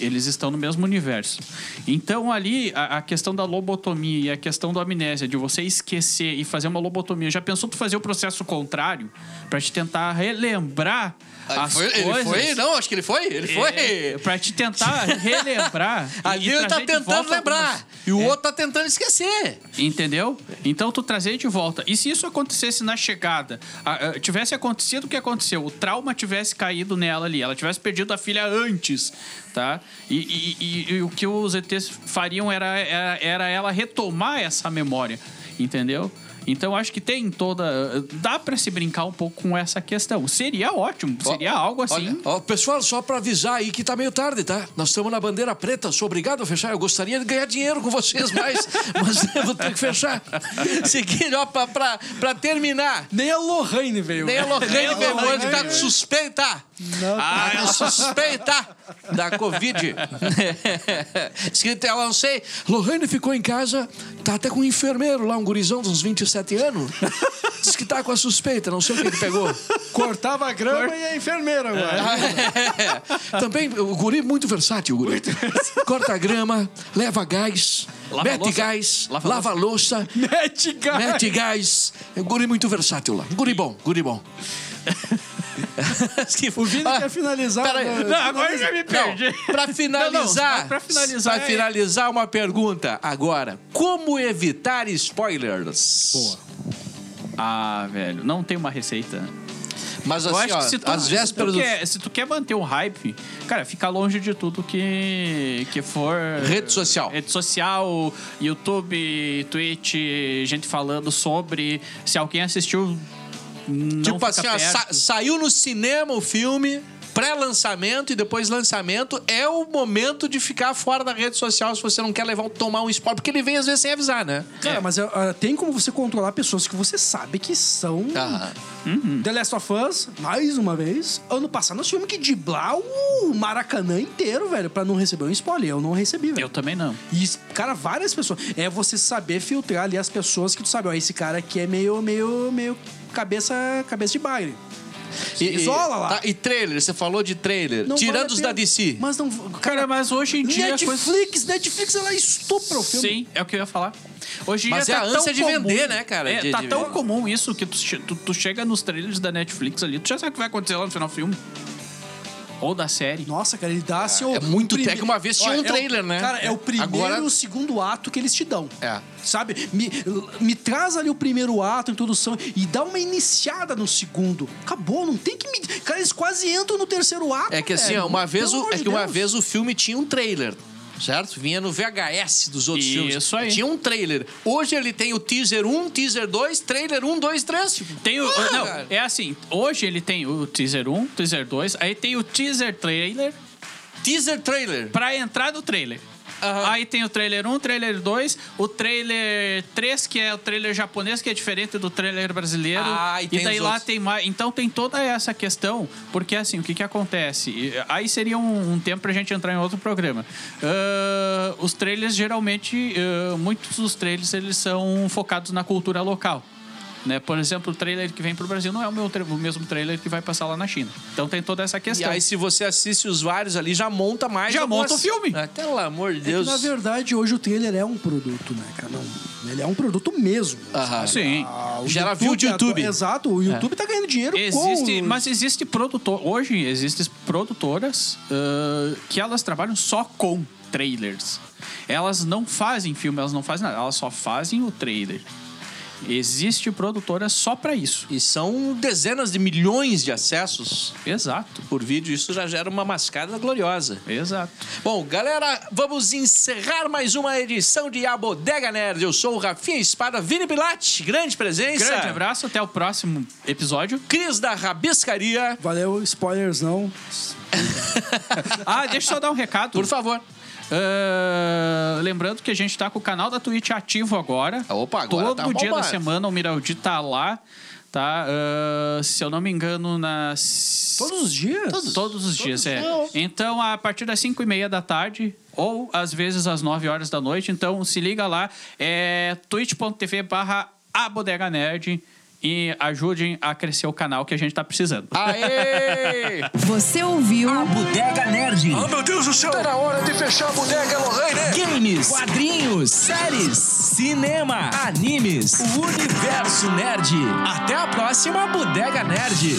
Eles estão no mesmo universo. Então, ali, a, a questão da lobotomia e a questão da amnésia, de você esquecer e fazer uma lobotomia. Já pensou tu fazer o processo contrário? Pra te tentar relembrar Ah, ele as foi- coisas? ele foi, não, acho que ele foi, ele foi. É, pra te tentar relembrar. e- (laughs) Ali e ele tá trazer de tentando volta lembrar. algumas- E o É. outro tá tentando esquecer. Entendeu? Então tu trazer de volta. E se isso acontecesse na chegada, a- a- tivesse acontecido o que aconteceu, o trauma tivesse caído nela ali, ela tivesse perdido a filha antes, tá? E, e- e- e o que os ETs fariam era, era, era ela retomar essa memória, entendeu? Então acho que tem toda. Dá pra se brincar um pouco com essa questão. Seria ótimo, seria algo assim. Olha, ó, pessoal, só pra avisar aí que tá meio tarde, tá? Nós estamos na bandeira preta, sou obrigado a fechar. Eu gostaria de ganhar dinheiro com vocês mais, (laughs) mas eu vou ter que fechar. Seguinte, ó, pra, pra, pra terminar. Nem a Lohane veio. né? Nem a Lorraine Nem a Bermode Lorraine tá com suspeita. Ah, com suspeita da Covid. Escrito, ela não sei. Lorraine ficou em casa, tá até com um enfermeiro lá, um gurizão de uns 27 anos. Diz que tá com a suspeita, não sei o que que pegou. Cortava a grama e a enfermeira, mano. Também, o guri é muito versátil, o guri. Corta grama, leva gás, Lava mete louça. gás, Lava lava louça, É. Mete gás. mete gás. É um guri muito versátil lá. Guri bom, guri bom. Ah. O Vini quer finalizar. peraí. né? Ah, Não, Ah, agora eu já me perdi. Não, pra finalizar, Não, não, pra finalizar pra é- finalizar uma pergunta agora. Como evitar spoilers? Boa. Ah, velho, não tem uma receita. né? Mas Eu assim, acho ó, que se tu, às se tu vésperas do quer, se tu quer manter o hype, cara, fica longe de tudo que, que for. Rede social. Rede social, YouTube, Twitch, gente falando sobre. Se alguém assistiu. Não Tipo fica assim, ó, perto. sa- saiu no cinema o filme, pré-lançamento e depois lançamento, é o momento de ficar fora da rede social se você não quer levar tomar um spoiler, porque ele vem às vezes sem avisar, né? Cara, É. mas ah, tem como você controlar pessoas que você sabe que são. Hum, Tá. Aham. The Last of Us, mais uma vez. Ano passado nós tivemos que diblar o Maracanã inteiro, velho, pra não receber um spoiler. Eu não recebi, velho. Eu também não. E, cara, várias pessoas. É você saber filtrar ali as pessoas que tu sabe, ó, esse cara aqui é meio, meio, meio cabeça, cabeça de bagre. isola lá. tá, e trailer, você falou de trailer. Não Tirando vale a os pena. da DC. Mas não. Cara, Cara, mas hoje em dia. a Netflix, Netflix, ela estupra o filme. Sim, é o que eu ia falar. Hoje em Mas dia é tá a tão ânsia de comum- vender, né, cara? É, De- tá de- tão comum isso que tu, che- tu, tu chega nos trailers da Netflix ali, tu já sabe o que vai acontecer lá no final do filme. Ou da série. Nossa, cara, ele dá seu. é muito prime- técnico. Uma vez tinha Olha, um é o- trailer, né? Cara, é o primeiro Agora- e o segundo ato que eles te dão. É. Sabe? Me, me traz ali o primeiro ato, a introdução, e dá uma iniciada no segundo. Acabou, não tem que me. Cara, eles quase entram no terceiro ato. É que assim, velho. ó, uma vez, Pelo o, amor é de que uma Deus. vez o filme tinha um trailer. Certo? Vinha no VHS dos outros Isso filmes. aí. Tinha um trailer. Hoje ele tem o teaser 1, teaser 2, trailer 1, 2, 3. Tipo, Tem o. Ah, não, cara. é assim, hoje ele tem o teaser 1, teaser 2, aí tem o teaser trailer teaser trailer. pra entrar no trailer. Aham. Aí tem o trailer 1, trailer 2, o trailer 3, que é o trailer japonês, que é diferente do trailer brasileiro. Ah, e tem daí os lá outros. tem mais. Então tem toda essa questão, porque assim, o que que acontece? E, Aí seria um, um tempo pra gente entrar em outro programa. Ah, os trailers geralmente, ah, muitos dos trailers, eles são focados na cultura local. Né? Por exemplo, o trailer que vem pro Brasil não é o, meu tra- o mesmo trailer que vai passar lá na China. Então tem toda essa E questão. aí, se você assiste os vários ali, já monta mais. Já monta o filme. Ah, Pelo amor de É que, Deus. na verdade, hoje o trailer é um produto, né, cara? Não, ele é um produto mesmo. Aham. Sim. Ah, o Gera view de YouTube. É. Exato, o YouTube tá ganhando dinheiro Existe, com... mas existe produtor hoje existem produtoras ah, que elas trabalham só com trailers. Elas não fazem filme, elas não fazem nada, elas só fazem o trailer. Existe produtora só pra isso. E são dezenas de milhões de acessos Exato, por vídeo. Isso já gera uma mascada gloriosa. exato. Bom, galera, vamos encerrar mais uma edição de A Bodega Nerd. Eu sou o Rafinha Espada, Vini Pilate, grande presença. Grande abraço, até o próximo episódio. Cris da Rabiscaria. Valeu, spoilers não. Ah, deixa eu só dar um recado. Por favor. Ah, lembrando que a gente tá com o canal da Twitch ativo agora. Ah, opa, agora Todo tá dia bombando. da semana o Miraldi tá lá. Tá, Ah, se eu não me engano, nas... Todos os dias? Todos, todos os dias, é. Então, a partir das 5 e meia da tarde, ou às vezes às 9 horas da noite, então se liga lá, é twitch.tv barra a Bodega Nerd e ajudem a crescer o canal que a gente tá precisando. (laughs) Aê! Você ouviu? Bodega Nerd. meu Deus do céu! Tá na hora de fechar a bodega, Lorraine! Games, quadrinhos, séries, cinema, animes, o universo nerd. Até a próxima Bodega Nerd!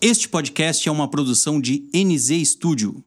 Este podcast é uma produção de NZ Studio.